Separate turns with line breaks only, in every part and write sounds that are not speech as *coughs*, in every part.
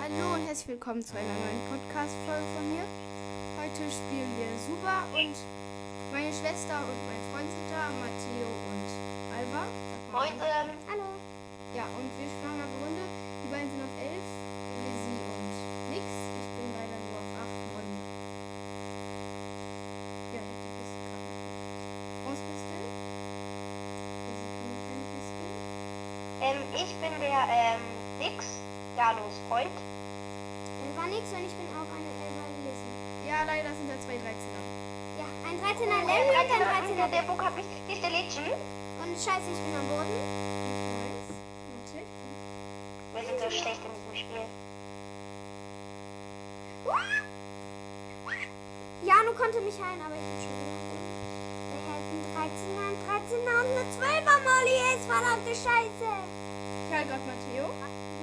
Hallo und herzlich willkommen zu einer neuen Podcast-Folge von mir. Heute spielen wir Super und meine Schwester und mein Freund sind da, Matteo und Alba. Sag mal
Moin ähm,
Hallo.
zusammen.
Ja, und wir spielen mal eine Runde. Die beiden sind auf 11, Lizzie und Nix. Ich bin leider nur auf 8 und. Ja, die ist krank. Was bist du? Lizzie kann mich eigentlich nicht sehen.
Ähm, ich bin der ähm, Dix, Janos Freund.
Dann war nix und ich bin auch eine Elva gewesen.
Ja, leider sind da zwei 13er.
Ja, ein 13er
Oh,
Larry und ein
13
13er
der Book hab ich. Hier ist der Legend.
Und scheiße, ich bin am Boden.
Ich weiß. Warte.
Wir sind so schlecht in diesem Spiel.
Jano konnte mich heilen, aber ich bin schon wieder am Boden. Daher ist ein 13er, ein 13er und eine 12er Molly. Es verdammte Scheiße.
Ich halt auf Matteo.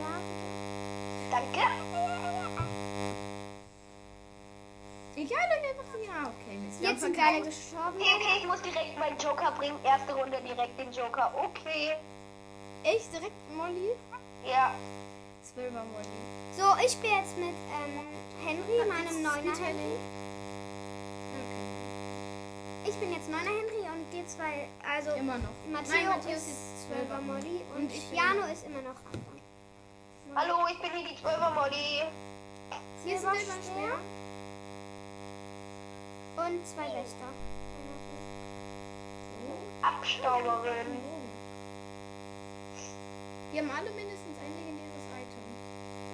Ja, bitte.
Danke.
Egal, dann einfach so. Ja, okay. Wir
Jetzt
haben
sind alle
verkackt.
gestorben.
Okay, okay, ich muss direkt meinen Joker bringen. Erste Runde direkt den Joker. Okay.
Echt direkt Molly?
Ja.
Zwölfer Molly.
So, ich spiele jetzt mit ähm, Henry, meinem neuner Henry.
Okay.
Ich bin jetzt neuner Henry und die zwei, also
Immer noch. Nein,
Matteo
Matteo
ist
ist
12er
12er
Molly und,
Und ich bin-
Jano ist immer noch Anton.
Hallo, ich bin hier die 12er Molly.
Hier sind
Silber
immer schwer.
schwer. Und zwei Wächter.
Abstauberin.
Wir haben alle mindestens ein legendäres Item.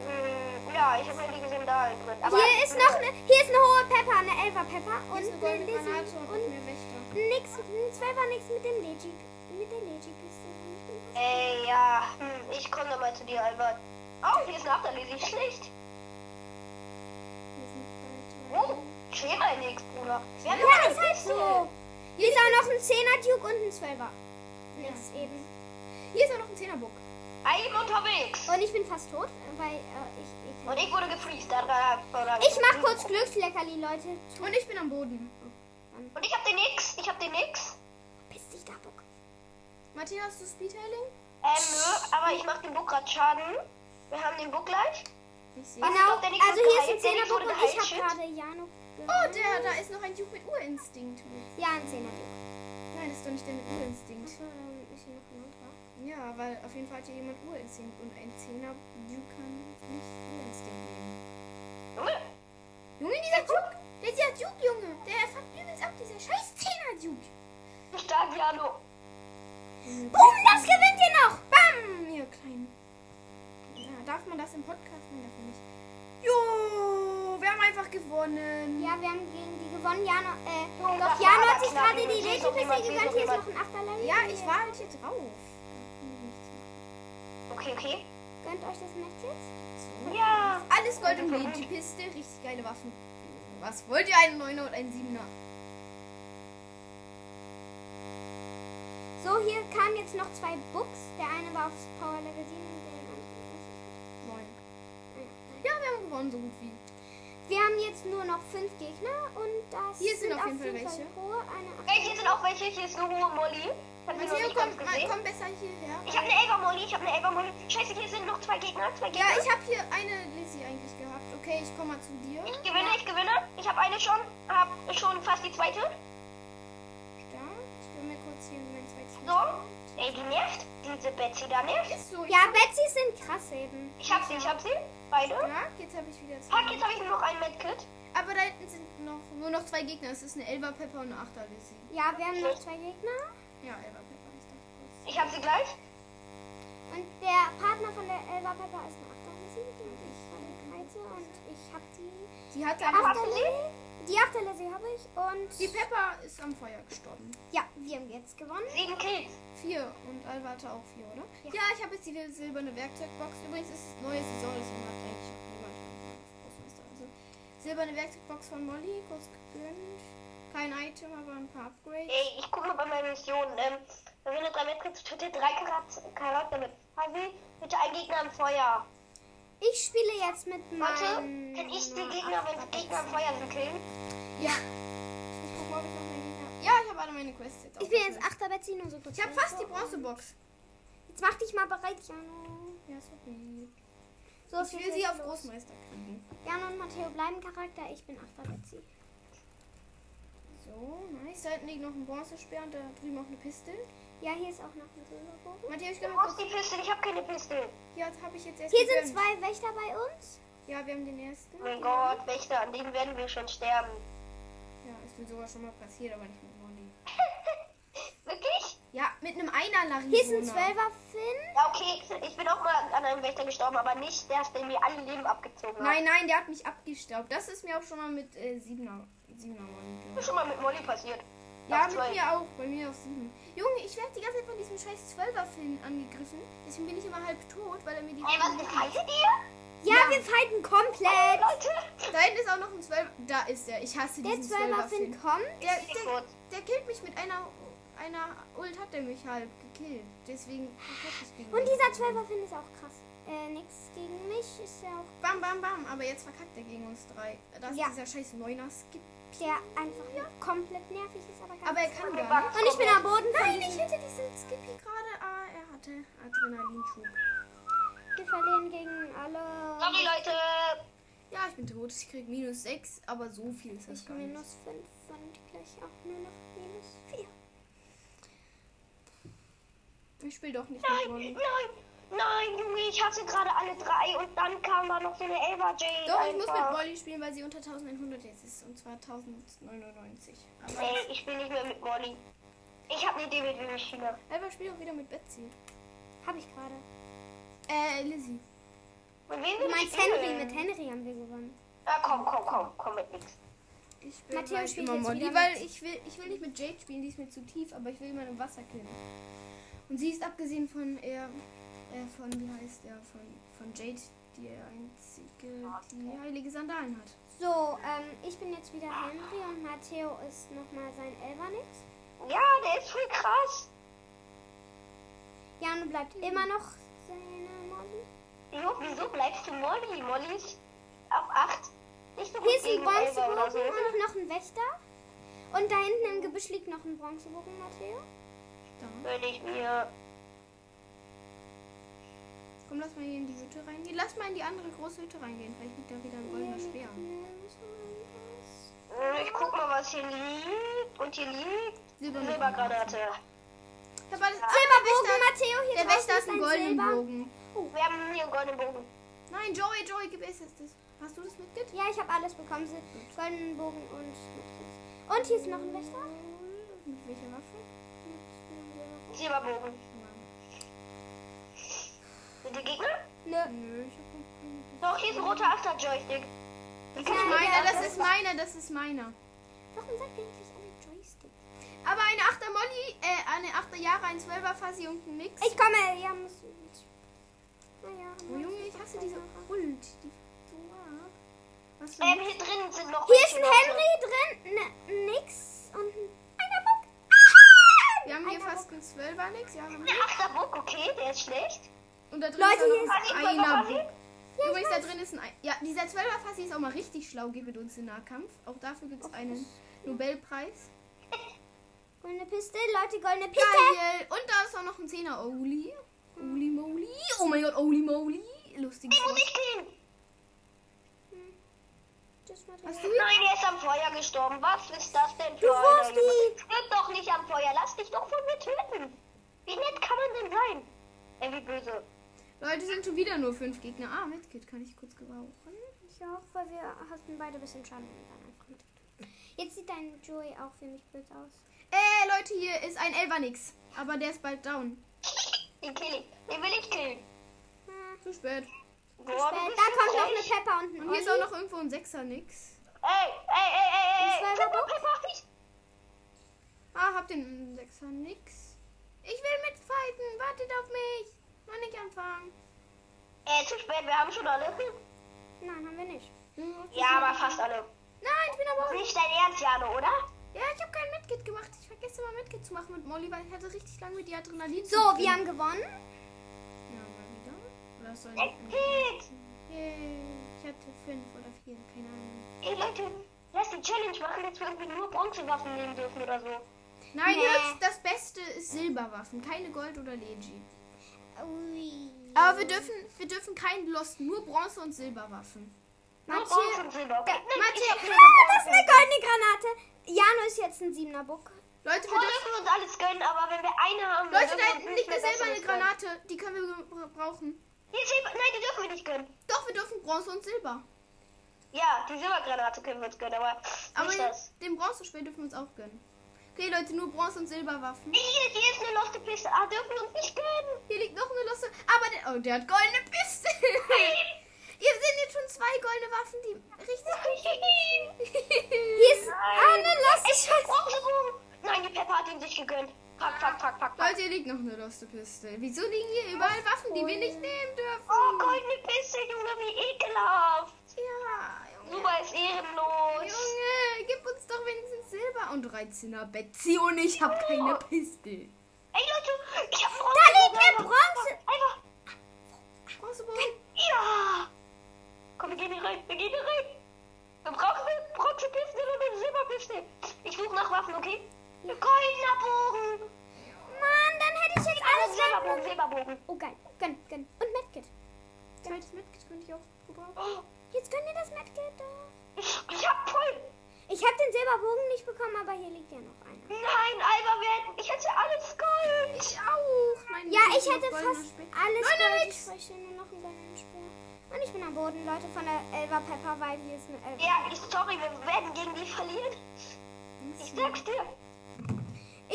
Hm, ja, ich habe einige Sandalen halt drin. Aber
hier ist noch eine, hier ist eine hohe Pepper, eine Elfer Pepper
Hier ist eine goldene
und eine Lizzie
Granate und noch
und
mehr Wächter.
nix, ein Zwölfer nix mit dem Legi, mit der Legi-Piste.
Ey, ja. Hm, ich komme nochmal zu dir, Albert. Oh, hier ist eine Afterlisi. Schlecht. Oh, schwerer nix, Bruder. Wir haben
Ja,
eine
ist halt
Kiste.
so. Hier ist auch noch ein Zehner Duke und ein Zwölfer. Nix eben.
Hier ist auch noch ein Zehnerbook.
I'm unterwegs.
Und ich bin fast tot, weil äh, ich,
Und ich wurde gefriest. Da- da- da- da-
ich, ich mach kurz Glücksleckerli, Leute.
Und ich bin am Boden.
Und ich hab den Nix. Ich hab den Nix.
Piss dich da, Bock.
Matteo, hast du Speedhailing?
Ähm, nö, aber ich mach dem Buck grad Schaden. Wir haben den Buck gleich.
Ich sehe.
Was?
Genau,
ob der Nick
also
noch geheilt?
hier ist ein
Der Nick
Zehnerbook
wurde
und ich hab
geheilt,
gerade Jano.
Oh, der, da ist noch ein Duke mit Urinstinkt.
Ja, ein Zehnerbook.
Nein, das ist doch nicht der mit Urinstinkt.
Achso, dann ist hier noch ein anderer.
Ja, weil auf jeden Fall hat hier jemand Urinstinkt. Und ein Zehner Duke kann nicht Urinstinkt nehmen.
Junge.
Junge, dieser Duke! Der ist ja Duke, Junge! Der fuckt übelst ab, dieser scheiß Zehner-Duke!
Stark, Jano. Mhm.
Boom, das gewinnt ihr noch!
Bam! Ihr kleinen. Ja, darf man das im Podcast? Nein, darf man nicht. Jo, wir haben einfach gewonnen.
Ja, wir haben gegen die gewonnen. Jano, äh,
Junge,
doch
das
Jano
war
hat sich
knapp.
gerade die
Hier ist
Lady
noch jemand,
gegönnt.
hier
Hier
ist noch
ist
jemand.
noch ein Achterlady.
Ja, ich war halt hier drauf.
Okay, okay.
Gönnt euch das Match jetzt?
Ja.
Alles Gold und Blin, die Piste, richtig geile Waffen. Was wollt ihr, einen Neuner und einen Siebener?
So, hier kamen jetzt noch zwei Books. Der eine war auf Power Level 7 und der andere auf
Neun.
Level 8.
Ja, wir haben gewonnen, so gut wie.
Wir haben jetzt nur noch fünf Gegner und das
Hier sind auf
auf
jeden Fall welche.
Hohe, eine
Ey, hier sind auch welche. Hier ist eine hohe Molly. Ich hab sie noch
Matteo,
nicht
komm, Also
ganz
mal,
gesehen.
komm besser hierher.
Ich hab eine Elber Molly. Ich hab eine Elber Molly. Scheiße, hier sind noch zwei Gegner. Zwei
Ja,
Gegner.
ich habe hier eine Lizzie eigentlich gehabt. Okay, ich komme mal zu dir.
ich gewinne, ich gewinne. Ich hab eine schon. Hab schon fast die zweite.
Stark. Ich will mir kurz hier mein zweites
So. Ey, die nervt. Diese Betsy da nervt.
Ist so, ich
Ja, Betsy sind krass eben.
Ich hab sie, ich hab sie. Beide.
stark. Jetzt habe ich wieder
Fuck, jetzt habe ich nur noch ein Medkit.
Aber da hinten sind noch nur noch zwei Gegner. Es ist eine Elva Pepper und eine Achter Lizzie.
Ja, wir haben noch zwei Gegner.
Ja, Elva Pepper ist da.
Ich habe sie gleich.
Und der Partner von der Elva Pepper ist ein Achterlady. Und ich war eine Kreise und ich hab die.
Die hat
Ach,
einfach.
der Lee- Die Achterlese habe ich
Die
und
Pepper ist am Feuer gestorben.
ja, wir haben jetzt gewonnen.
Sieben Kills.
Vier. Und Alva hatte auch vier, oder? Ja,
Ja.
ich habe jetzt die silberne Werkzeugbox. Übrigens ist es neue Saison, deswegen macht eigentlich auch niemand von Großmeister. Also, silberne Werkzeugbox von Molly, kurz gegönnt. Kein Item, aber ein paar Upgrades.
Ey, ich guck mal bei meinen Missionen. Ähm, wenn du drei mitkriegst, tötet drei Karat- Charakter mit Harvey, bitte einen Gegner im Feuer.
Ich spiele jetzt mit
Warte,
meinem.
kann ich die Gegner, wenn die Gegner im Feuer sind, killen?
Ja. Ich guck mal, ob ich noch meine Gegner. Ja, ich habe alle meine Quests jetzt
Ich bin
ausgefüllt.
jetzt Achter Betsy nur so kurz.
Ich habe fast die Bronzebox.
Jetzt mach dich mal bereit, Jano.
Ja, sorry.
So, So,
Ich will sie auf Großmeister kriegen.
Jan und Matteo bleiben Charakter, ich bin Achter Betsy.
So, nice. Da hinten liegt noch ein Bronzespeer und da drüben auch eine Piste.
Ja, hier ist auch noch ein Silberbogen.
Matthias, ich
Du
glaube,
brauchst die Pistole, ich habe keine Pistole.
hier habe ich jetzt erst
Hier sind
gegönnt.
zwei Wächter bei uns.
Ja, wir haben den ersten.
Mein Gott, Wächter, an denen werden wir schon sterben.
Ja, ist mir sogar schon mal passiert, aber nicht mit Molly.
Wirklich?
Ja, mit einem einer Larifona.
Hier ist ein Zwölfer Finn.
Ja, okay, ich bin auch mal an einem Wächter gestorben, aber nicht der, der mir alle Leben abgezogen hat.
Nein, nein, der hat mich abgestaubt. Das ist mir auch schon mal mit äh, Siebener, Siebener Molly.
Das ist
gelaufen.
schon mal mit Molly passiert.
Ja,
Auf
mit
zwei.
mir auch. Bei mir auf sieben. Junge, ich werde die ganze Zeit von diesem scheiß Zwölferfilm angegriffen. Deswegen bin ich immer halb tot, weil er mir die...
Ey, was gefällt dir?
Ja, wir fighten komplett.
Leute,
Da hinten ist auch noch ein Zwölfer... Da ist er. Ich hasse
Der
diesen
Zwölfer
Zwölferfilm.
Finn kommt.
Der,
ich
der,
kurz.
der killt mich mit einer... Einer Ult hat er mich halb gekillt. Deswegen...
Und dieser Zwölfer Finn ist auch krass. Äh, nix gegen mich ist ja auch
Bam, bam, bam. Aber jetzt verkackt er gegen uns drei. Das
Ja.
ist dieser scheiß Neuner-Skip.
der einfach nur komplett nervig ist, aber ganz
Aber er kann gar
Wir
nicht.
waren-
Und ich bin am Boden von
Nein, ich
diesem-
hätte diesen Skippy gerade, aber er hatte Adrenalinschub.
Wir verlieren gegen alle.
Sorry, Leute.
Ja, ich bin tot. Ich krieg minus 6, aber so viel ist das
Ich
gar nicht.
minus 5 und gleich auch nur noch minus 4.
Ich spiele doch nicht mit
Nein,
Molly.
nein, nein, Junge, ich hatte gerade alle drei und dann kam da noch so eine Elva Jade.
Doch, ich muss mit
einfach.
Molly spielen, weil sie unter 1100 jetzt ist. Und zwar 1099. Aber
Nee, ich spiele nicht mehr mit Molly. Ich habe eine Idee, mit wem ich spiele.
Alba spielt auch wieder mit Betsy.
Habe ich gerade.
Äh, Lizzie.
Mit wem
Du
will ich
meinst
spielen?
Henry, mit Henry haben wir gewonnen.
Ja, komm, komm, komm, komm mit nix.
Ich spiele
Matteo
gleich
spielt
immer
jetzt
Molly,
wieder
weil
mit-
ich will, ich will nicht mit Jade spielen, die ist mir zu tief, aber ich will immer im Wasser killen. Und sie ist abgesehen von er, äh, von, wie heißt er, von, von Jade, die einzige, die heilige Sandalen hat.
So, ähm, ich bin jetzt wieder Henry und Matteo ist nochmal sein Elvernix.
Ja, der ist voll krass.
Janu bleibt
Mhm.
immer noch seine Molly.
Jo, wieso bleibst du Molly? Molly ist auf 8. Nicht so gut
Hier ist ein
gegen Elva oder so.
Bronzebogen und noch ein Wächter. Und da hinten im Gebüsch liegt noch ein Bronzebogen, Matteo.
Da.
Würde ich mir.
Komm, lass mal hier in die Hütte reingehen. Lass mal in die andere große Hütte reingehen. Vielleicht liegt da wieder ein goldener Speer.
Hm, Ich guck mal, was hier liegt. Und hier liegt
Silbermütze.
Silbergranate.
Ich hab alles- Ah,
Silberbogen, Matteo, hier
Der Wächter, der
draußen
Wächter hat einen goldenen
Silber.
Bogen.
Wir haben hier einen goldenen Bogen.
Nein, Joey, Joey, gib es jetzt das. Hast du das mitgekriegt?
Ja, ich habe alles bekommen. Sil- Goldenen Bogen und Schmuckkies. Und hier ist noch ein Wächter.
Mit welcher Waffe?
Silberbogen. Sind die Gegner?
Ne.
Nö, ich hab keinen.
Doch, hier ist ein roter Achter-Joystick.
Das ist meiner, das ist meiner, das ist meiner.
Warum sagt ihr eigentlich alle Joystick?
Aber eine 8er Molly, äh, eine 8er Jahre, ein 12er Fassi und ein Mix.
Ich komme. Ja, muss. Naja.
oh, Junge, ich hasse diese Ult. Die, Boah. was für
Ähm,
ein
hier drinnen sind noch.
Hier ist ein
welche
Henry drin. Ne, nix. Und ein einer Bock. Ah!
Wir haben hier
Einer
fast einen 12er nix. Ja, wir haben-
Leute. Ein Achterbock, okay, der ist schlecht.
und da drin
Leute, hier
ist auch
Kann ich
noch
mal
ein
noch
einer
was
Bock.
sehen?
Ja, ich
Übrigens, da
weiß.
drin ist ein. Ei- Ja, dieser 12er Fassi ist auch mal richtig schlau, geht mit uns in Nahkampf. Auch dafür gibt es einen Nobelpreis.
Goldene Piste, Leute, goldene Piste.
Geil. Und da ist auch noch ein 10er Oli. Oli Moli. Oh mein Gott, Oli Moli. Lustig.
Den muss ich killen.
Das war
Hast
der-
du ihn?
Nein, der ist am Feuer gestorben. Was ist das denn für
Du
eine-
wurfst ihn.
Stirb doch nicht am Feuer. Lass dich doch von mir töten. Wie nett kann man denn sein? Ey, wie böse.
Leute, sind schon wieder nur fünf Gegner. Ah, Medkit kann ich kurz gebrauchen.
Ich auch, weil wir hatten beide ein bisschen Schaden und dann einfach mit. Jetzt sieht dein Joey auch für mich blöd aus.
Äh, Leute, hier ist ein Elvanix. Aber der ist bald down.
Den kill ich. Den will ich killen.
Hm.
Zu spät.
Boah, du
Äh,
bist
da
so
kommt noch eine
frech.
Pepper und ein
Und hier ist
Olli.
auch noch irgendwo ein Sechser nix.
Ey, ey, ey, ey,
Ein
ey.
Zweier
Pepper,
Bock?
Pepper, ich.
Ah, hab den Sechser nix. Ich will mitfighten. Wartet auf mich. Noch nicht anfangen.
Ey, zu spät. Wir haben schon alle.
Nein, haben wir nicht. Hm,
Ja, aber fast alle.
Nein, ich bin aber.
Nicht dein Ernst, Jano, oder?
Ja, ich habe kein Medkit gemacht. Ich vergesse immer Medkit zu machen mit Molly, weil ich hatte richtig lange mit ihr Adrenalin.
So, wir haben gewonnen.
Ja, mal wieder. Oder soll
Äh,
ich.
Medkit.
Yay. Ich hatte fünf oder vier. Keine Ahnung.
Ey, Leute. Lass die Challenge machen, dass wir irgendwie nur Bronzewaffen nehmen dürfen oder so.
Nein,
Nee.
höchst- das Beste ist Silberwaffen. Keine Gold oder Legi.
Ui.
Aber wir dürfen, wir dürfen keinen Lost, nur Bronze und Silberwaffen.
Nur
Mathieu-
Bronze und Silber. Okay, nee, ich
Matthias,
hab keine
Oh, das ist
Bronze.
eine goldene Granate. Jano ist jetzt ein siebener Buck.
Leute, wir
Wir
dürfen,
dürfen uns alles gönnen, aber wenn wir eine haben, dann
Leute,
dürfen
da
wir uns
hinten
nicht
liegt
mehr
eine
das
silberne
alles gönnen.
Granate. Die können wir gebra- brauchen.
Die Silber, nein, die dürfen wir nicht gönnen.
Doch, wir dürfen Bronze und Silber.
Ja, die Silbergranate können wir uns gönnen, aber,
Aber
nicht das.
den Bronzeschwert dürfen wir uns auch gönnen. Okay, Leute, nur Bronze und Silberwaffen.
Hier, hier ist eine Lost Piste. Ah, dürfen wir uns nicht gönnen.
Hier liegt noch eine Losse. Aber der, oh, der hat goldene Piste. *laughs* Ihr sind jetzt schon zwei goldene Waffen, die *laughs* richtig.
Hier ist Anne, lass
Ich hab Bronze rum. Nein, die Pepper hat ihn sich gegönnt. Pack, pack, pack, pack, pack.
Leute, hier liegt noch eine loste Piste. Wieso liegen hier überall Waffen, die wir nicht nehmen dürfen?
Oh, goldene Piste, Junge, wie ekelhaft.
Ja, Junge.
Super ist ehrenlos.
Junge, gib uns doch wenigstens Silber und 13er Betsy und ich hab keine Piste.
Ey, Leute, ich hab Bronze.
Da liegt
Nein,
eine
Bronze.
Bronze.
Einfach.
Bronze,
Ja! Komm, wir gehen hier rein, wir gehen hier rein! Wir brauchen eine Bronzepiste und eine Silberpiste! Ich suche nach Waffen, okay? Goldener Bogen!
Mann, dann hätte ich jetzt alles
Silberbogen,
rein.
Silberbogen!
Oh, geil. Gönn, gönn. Und Medkit.
Zweites Medkit könnte ich auch gebrauchen.
Oh,
Jetzt gönn dir das Medkit doch.
Ich, ich hab voll!
Ich habe den Silberbogen nicht bekommen, aber hier liegt ja noch einer.
Nein, Alba, wir hätten, ich hätte alles Gold!
Ich auch. Meine
Ja,
Lieben,
ich hätte
noch goldene
fast
Spe-
alles
Nein, nein,
Gold.
nix.
Ich bräuchte nur noch einen goldenen Speer. Und ich bin am Boden, Leute, von der Elva Pepper, weil hier ist eine Elva.
Ja, ich, sorry, wir werden gegen die verlieren. Ich
Hm.
sag's dir.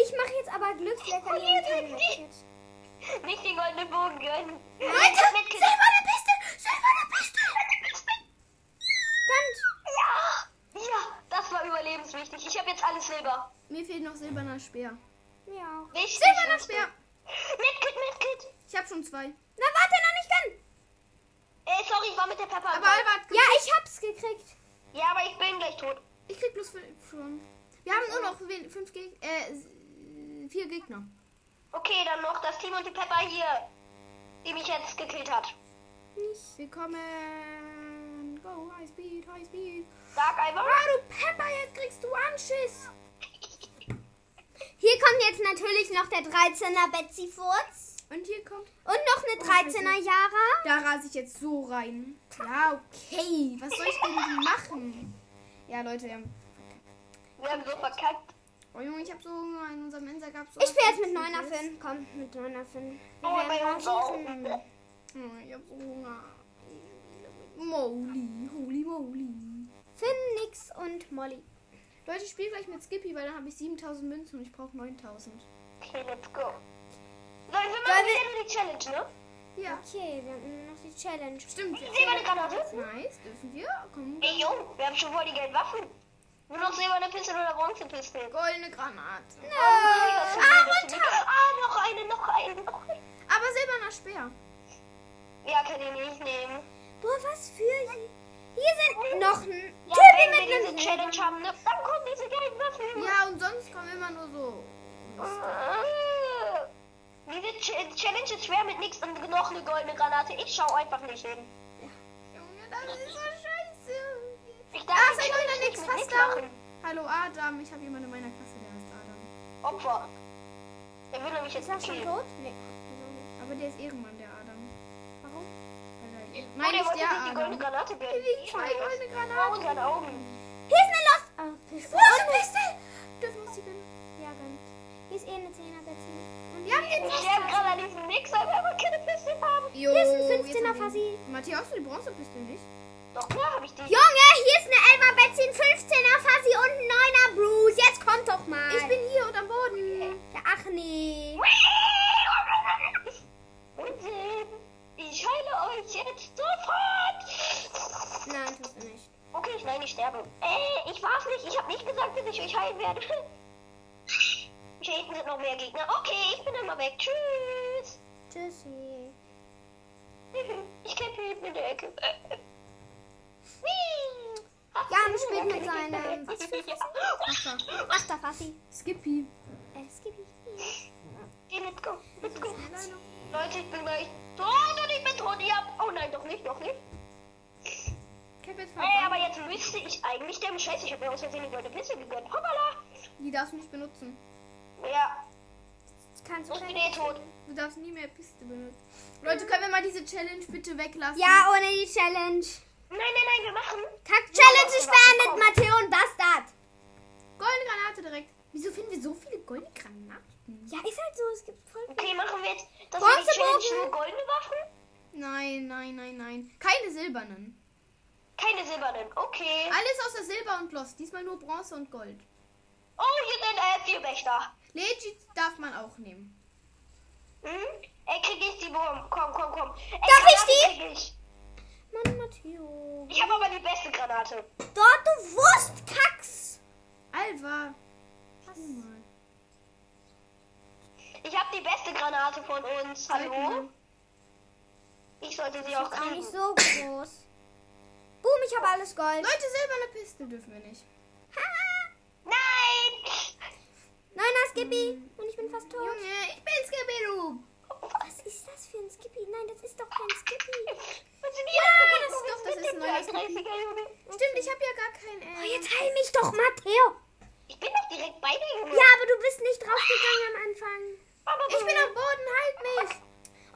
Ich mache jetzt aber Glückslecker
Oh, hier
hier
sind
mit
die.
Medkit.
Nicht den goldenen Bogen gönnen.
Leute,
Mit-
silberne Piste! Silberne Piste! Gönnt!
Ja! Ja! Das war überlebenswichtig. Ich habe jetzt alles Silber.
Ah, Mir fehlt noch silberner Speer.
Mir auch.
Wichtig.
Silberner Speer.
Medkit, Medkit.
Ich hab schon zwei.
Na, warte, noch nicht gönn!
Ey, Äh, sorry, ich war mit der Pepper.
Aber Albert,
Ja, ich hab's gekriegt.
ja, aber ich bin gleich tot.
ich krieg bloß fünf schon. Wir haben nur noch wen- fünf Geg äh, s- vier Gegner.
Okay, dann noch das Team und die Pepper hier, die mich jetzt gekillt hat.
Wir kommen. Go, High Speed, High Speed.
Sag einfach.
Ah, du Pepper, jetzt kriegst du Anschiss.
Hier kommt jetzt natürlich noch der 13er Betsy Furz.
Und hier kommt.
Und noch
Oh,
eine 13er Yara.
Da rase ich jetzt so rein. Ja, okay. Was soll ich denn machen? Ja, Leute. ähm,
Wir haben so verkackt.
Oh Junge, ich hab so Hunger. In unserem Mensa gab's so.
Ich bin jetzt mit
was
9er
Ekliges.
Finn. Komm, mit 9er Finn. Wir
Oh, bei
werden
uns auch.
rangieren.
Oh, ich hab so Hunger. Moly, holy moly.
Finn, Nix und Molly.
Leute, ich spiele gleich mit Skippy, weil dann habe ich 7000 Münzen und ich brauche 9000.
Okay, let's go. Sollen wir
Sollen
mal
wir-
wieder nur die Challenge, ne?
Ja.
Okay, wir haben nur noch die Challenge.
Stimmt. wir-
Silberne Granate.
Nice, dürfen wir? Komm.
Ey, Junge, wir haben schon voll die gelben Waffen. Nur noch silberne Pistole oder Bronzepistole.
Äh,
Goldene Granate.
Oh, ah, runter! Ah, noch eine, noch eine, noch eine.
Aber silberner Speer.
Ja, kann ich nicht nehmen.
Boah, was für... Hier sind noch ein
Oh. Ja,
Typi
wenn wir
mit
diese
einem...
Challenge haben, ne, dann kommen diese gelben Waffen.
Ja, und sonst kommen immer nur so.
Äh, Diese Ch Challenge ist schwer mit nichts und noch eine goldene Granate. Ich schau einfach nicht hin.
Junge, das ist so scheiße.
Ich
Da
darf
Ah, ist
die
ein
Challenge
neuer
nicht
Nix
mit
fast
nichts
da.
machen.
Hallo Adam, ich habe jemanden in meiner Klasse, der heißt Adam.
Opfer. Der will nämlich jetzt
Ist das schon
killen. Oh,
tot? Nee.
Aber der ist Ehrenmann, der Adam. Weil
Warum?
er-
Oh, der
Nein, nicht
wollte
der
sich die goldene
Adam.
Granate Oh, gönnen.
Hier liegen zwei
Scheiße.
goldene
Vor
Granaten.
unseren Augen.
Hier ist eine Lost...
Ah,
Oh, Piste. Und
Dürfen wir uns die gönnen?
Ja, gönnt. Hier ist eh eine 10er Betsy. Und
Wir haben jetzt
Ich sterbe gerade an diesem Nix, weil wir einfach keine Piste haben.
Jo,
Hier ist ein
jetzt
15er
haben wir ihn.
Fassi.
Matthias, hast du die Bronzepiste nicht?
Doch klar habe ich die.
Junge, hier ist eine 11er Betsy, ein 15er Fassi und ein 9er Bruce. Jetzt kommt doch mal.
Ich bin hier und am Boden.
Ja, ach nee.
Unsinn. Ich heile euch jetzt sofort.
Nein, tust du nicht.
Okay, ich, nein, ich sterbe. Ey, ich war's nicht. Ich habe nicht gesagt, dass ich euch heilen werde. *laughs* Hier hinten sind noch mehr Gegner. Okay, ich bin dann mal weg. Tschüss. *laughs*
Tschüssi.
Ich kämpfe hier hinten in der Ecke. Whee!
Jan spielt mit seinem- was für
*laughs* Ja.
Achter Fassi.
Skippy.
Äh, Skippy.
*laughs*
Okay, let's go. Let's go.
Alleine.
Leute, ich bin gleich tot und ich bin tot. Ihr habt... Oh nein, doch nicht, doch nicht.
Ich hab jetzt
Ey, aber
verbannt.
jetzt müsste ich eigentlich sterben. Scheiße, ich habe mir aus Versehen die goldene Pisse gegönnt. Hoppala.
Die darfst du nicht benutzen.
Ja.
Das kannst du
Ich bin
keine-
eh tot.
Du darfst nie mehr Piste benutzen. Leute, können wir mal diese Challenge bitte weglassen?
Ja, ohne die Challenge.
Nein, nein, nein, wir machen.
Kack-Challenge ist beendet, Matteo und Bastard.
Goldene Granate direkt. Wieso finden wir so viele goldene Granaten?
Ja, ist halt so, es gibt voll
Okay, machen wir jetzt. Das ist die Challenge nur goldene Waffen?
Nein, nein, nein, nein. Keine silbernen.
Keine silbernen. Okay.
Alles außer Silber und Bronze. Diesmal nur Bronze und Gold.
Oh, hier sind äh, vier Wächter.
Legit darf man auch nehmen.
Hm? Ey, krieg ich die Bombe. Komm, komm, komm. Ey,
Darf ich
Granaten krieg Ich,
Mann, Matteo.
ich habe aber die beste Granate.
Dort, du Wurstkacks.
Alva. Lass ihn
Hm.
mal.
Ich habe die beste Granate von uns. Hallo?
Zeig
Ich sollte sie auch
Gar
kriegen.
nicht so groß. Boom, ich habe alles Gold.
Leute, silberne Piste dürfen wir nicht.
Nein!
Neuner Skippy. Und ich bin fast tot.
Junge, ich bin's, Geberu.
Was ist das für ein Skippy? Nein, das ist doch kein Skippy.
Was sind
das ist doch- das ist ein neues Gebiet. Stimmt, ich habe ja gar keinen
Oh,
äh,
jetzt heil mich doch, Matteo.
Ich bin doch direkt bei dir, Junge.
Ja, aber du bist nicht draufgegangen am Anfang.
aber
Ich bin am Boden, halt mich.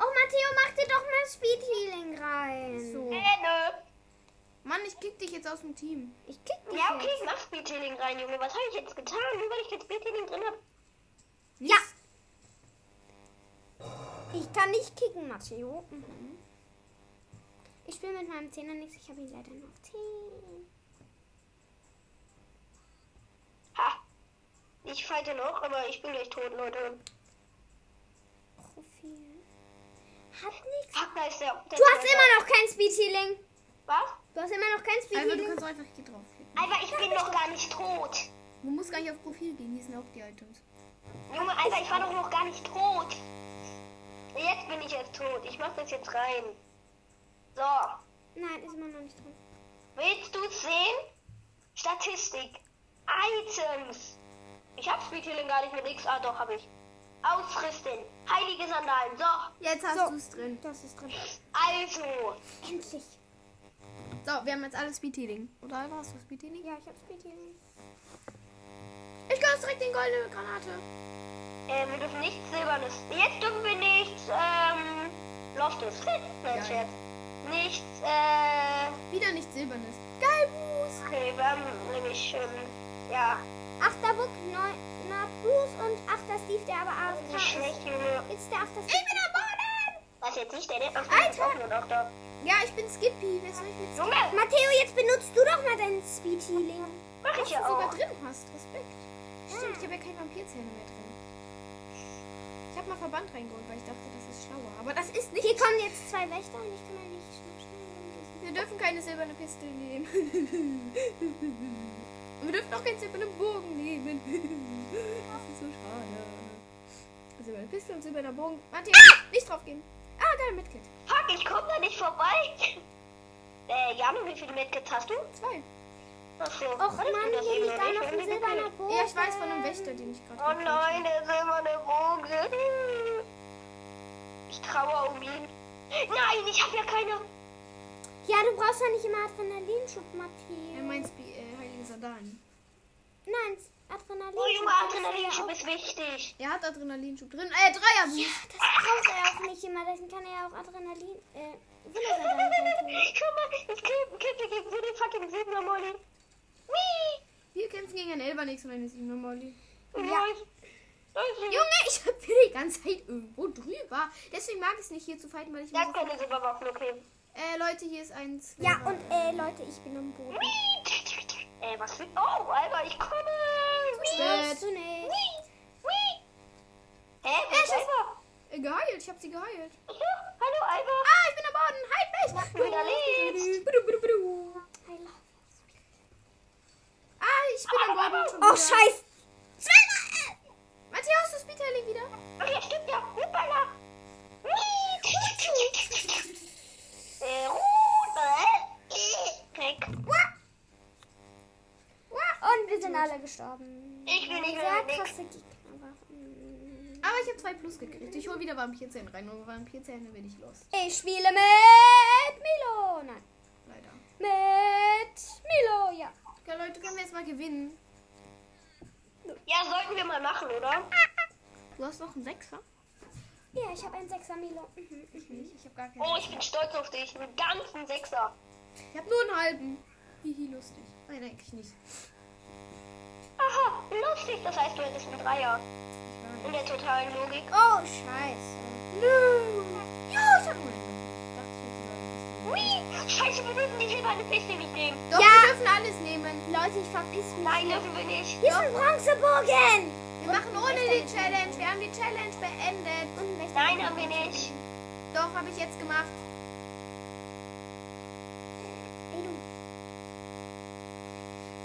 Oh, Matteo, mach dir doch mal Speed Healing rein.
So.
Äh, nö.
Mann, ich kick dich jetzt aus dem Team.
Ich kick dich
Ja, okay,
jetzt.
ich mach Speedhealing rein, Junge. Was habe ich jetzt getan? Nur weil ich jetzt Speedhealing drin habe.
Ja. Ich kann nicht kicken, Matteo. Mhm. Ich spiele mit meinem Zehner nichts. Ich habe ihn leider noch 10.
Ha. Ich fighte noch, aber ich bin gleich tot, Leute.
Profil. Hat nichts.
Fuck, da ist der. der
Du hast immer noch kein Speed Healing.
Was?
Also, Du hast immer noch kein Speed
Alva, du
Healing.
kannst auch einfach hier draufklicken.
Alter, ich bin noch gar nicht tot.
Man muss gar nicht auf Profil gehen, hier sind auch die Items.
Junge, Alter, ich war doch noch gar nicht tot. Jetzt bin ich jetzt tot. Ich mach das jetzt rein. So.
Nein, ist immer noch nicht drin.
Willst du sehen? Statistik. Items. Ich hab Speedhealing gar nicht mit X. Ah, doch, hab ich. Ausrüsten. Heilige Sandalen. So.
Jetzt hast
So.
du's drin.
Das ist drin.
Also.
Endlich.
So, wir haben jetzt alle Speedhealing. Oder Alva, hast du Speedhealing?
Ja, ich habe Speed Healing.
Ich kann direkt den goldene Granate.
Äh, wir dürfen nichts Silbernes. Jetzt dürfen wir nichts, ähm, Loftes. Nein,
Ja.
Scherz. Nichts, äh,
Wieder nicht silbernes. Geil, Buß.
okay, wir haben nämlich, ähm, ja,
Achter Book, neuner Bruce und achter Steve, der aber AFK
so
ist.
schlecht, Junge.
Jetzt der achter
Ich
Steve.
bin am Boden.
Was jetzt nicht, der nennt noch
Alter!
Alter! Und auch da.
Ja, ich bin Skippy. Wer soll ich mit Skippy?
Junge,
Matteo, jetzt benutzt du doch mal dein Speed Healing.
mach
Dass du
ich ja oh. auch.
sogar drin hast. Respekt. Stimmt, ich habe ja keine Vampirzähne mehr drin. Ich habe mal Verband reingeholt, weil ich dachte, das ist schlauer. Aber das ist nicht.
Hier kommen jetzt zwei Wächter und ich kann ja nicht schnell schnell
Wir dürfen keine silberne Pistole nehmen. *laughs* Und wir dürfen auch keinen silbernen Bogen nehmen. *laughs* Das ist so schade. Silberne Pistole und silberner Bogen. Martin, nicht drauf gehen. Ah, geil, Medkit.
Fuck, ich komm da nicht vorbei. *laughs* Äh, Jano, wie viele Medkits hast du?
Zwei.
Achso.
Och Mann, hier liegt da noch ein silberner äh. Bogen.
Ja, ich weiß von einem Wächter, den ich gerade
Oh
gekillt habe.
nein, der silberne Bogen. Ich trauere um ihn. Nein, ich hab ja keine.
Ja, du brauchst ja nicht immer Adrenalinschub, Matteo.
Er meint Spi- äh, heilige Sandalen.
Nein, Adrenalinschub.
Oh Junge,
das
Adrenalinschub
braucht
ist wichtig.
Er hat Adrenalinschub drin. Äh, Dreier.
er auch- Ja, das braucht er auch nicht immer. Deswegen kann er ja auch Adrenalin... Äh, will er ja gar nicht.
*laughs* Guck mal, ich kipp, kipp, ich kipp so den fucking Silber, Molly. Wii!
Wir kämpfen gegen einen Elbernix und eine Siebener Molly.
Ja.
Junge!
Junge, ich hab wieder die ganze Zeit irgendwo drüber. Deswegen mag ich es nicht hier zu fighten, weil ich
Ja,
immer so-
keine Silberwaffen, okay.
Äh, Leute, hier ist eins.
Ja, und äh, Leute, ich bin am Boden.
Wii! Ey, was für. Oh, Alter, ich komme! Wii!
Äh,
Willst du nicht?
Wii! Wii! Hä? Wer ist
Äh,
Alba?
äh, geheilt. Ich hab sie geheilt.
Ja, hallo, Alba!
Ah, ich bin am Boden. Halt mich.
Wieder links!
Bidu, bidu, bidu.
I love
Ah, ich bin am Boden. schon
Oh,
wieder.
scheiß.
Matthias, du Speedhailing wieder?
Okay, stimmt ja. Hoppala. Äh, Rudel. Krieg.
Und wir sind alle gestorben.
Ich bin nicht mehr
Sehr
nix.
krasse Gegnerwaffen.
Aber ich hab zwei Plus gekriegt. Ich hol wieder Vampirzähne rein. Ohne Vampirzähne bin ich los.
Ich spiele mit Milo. Nein.
Leider.
Mit Milo, ja.
Ja, Leute, können wir jetzt mal gewinnen?
Ja, sollten wir mal machen, oder?
Wo Du hast noch einen Sechser?
Ja, ich habe einen 6er Milo. Mhm,
Ich nicht. Ich habe gar keinen.
Oh, ich bin stolz auf dich. Einen ganzen Sechser.
Ich habe nur einen halben. Hihi, lustig. Nein, eigentlich nicht.
Aha, lustig. Das heißt, du hättest einen Dreier.
Ich
In
weiß.
der totalen Logik.
Oh, scheiße. Nö.
mhm.
Ja, ich habe einen.
Hui, scheiße, wir dürfen die silberne Piste mitnehmen.
Doch,
Ja.
wir dürfen alles nehmen.
Leute, ich verpiss mich.
Nein, dürfen wir nicht.
Hier ist ein Bronzebogen.
Wir machen ohne die Challenge. Wir haben die Challenge beendet.
Und ein Wächter-
Nein, haben wir nicht.
Doch, habe ich jetzt gemacht.
Ey, du.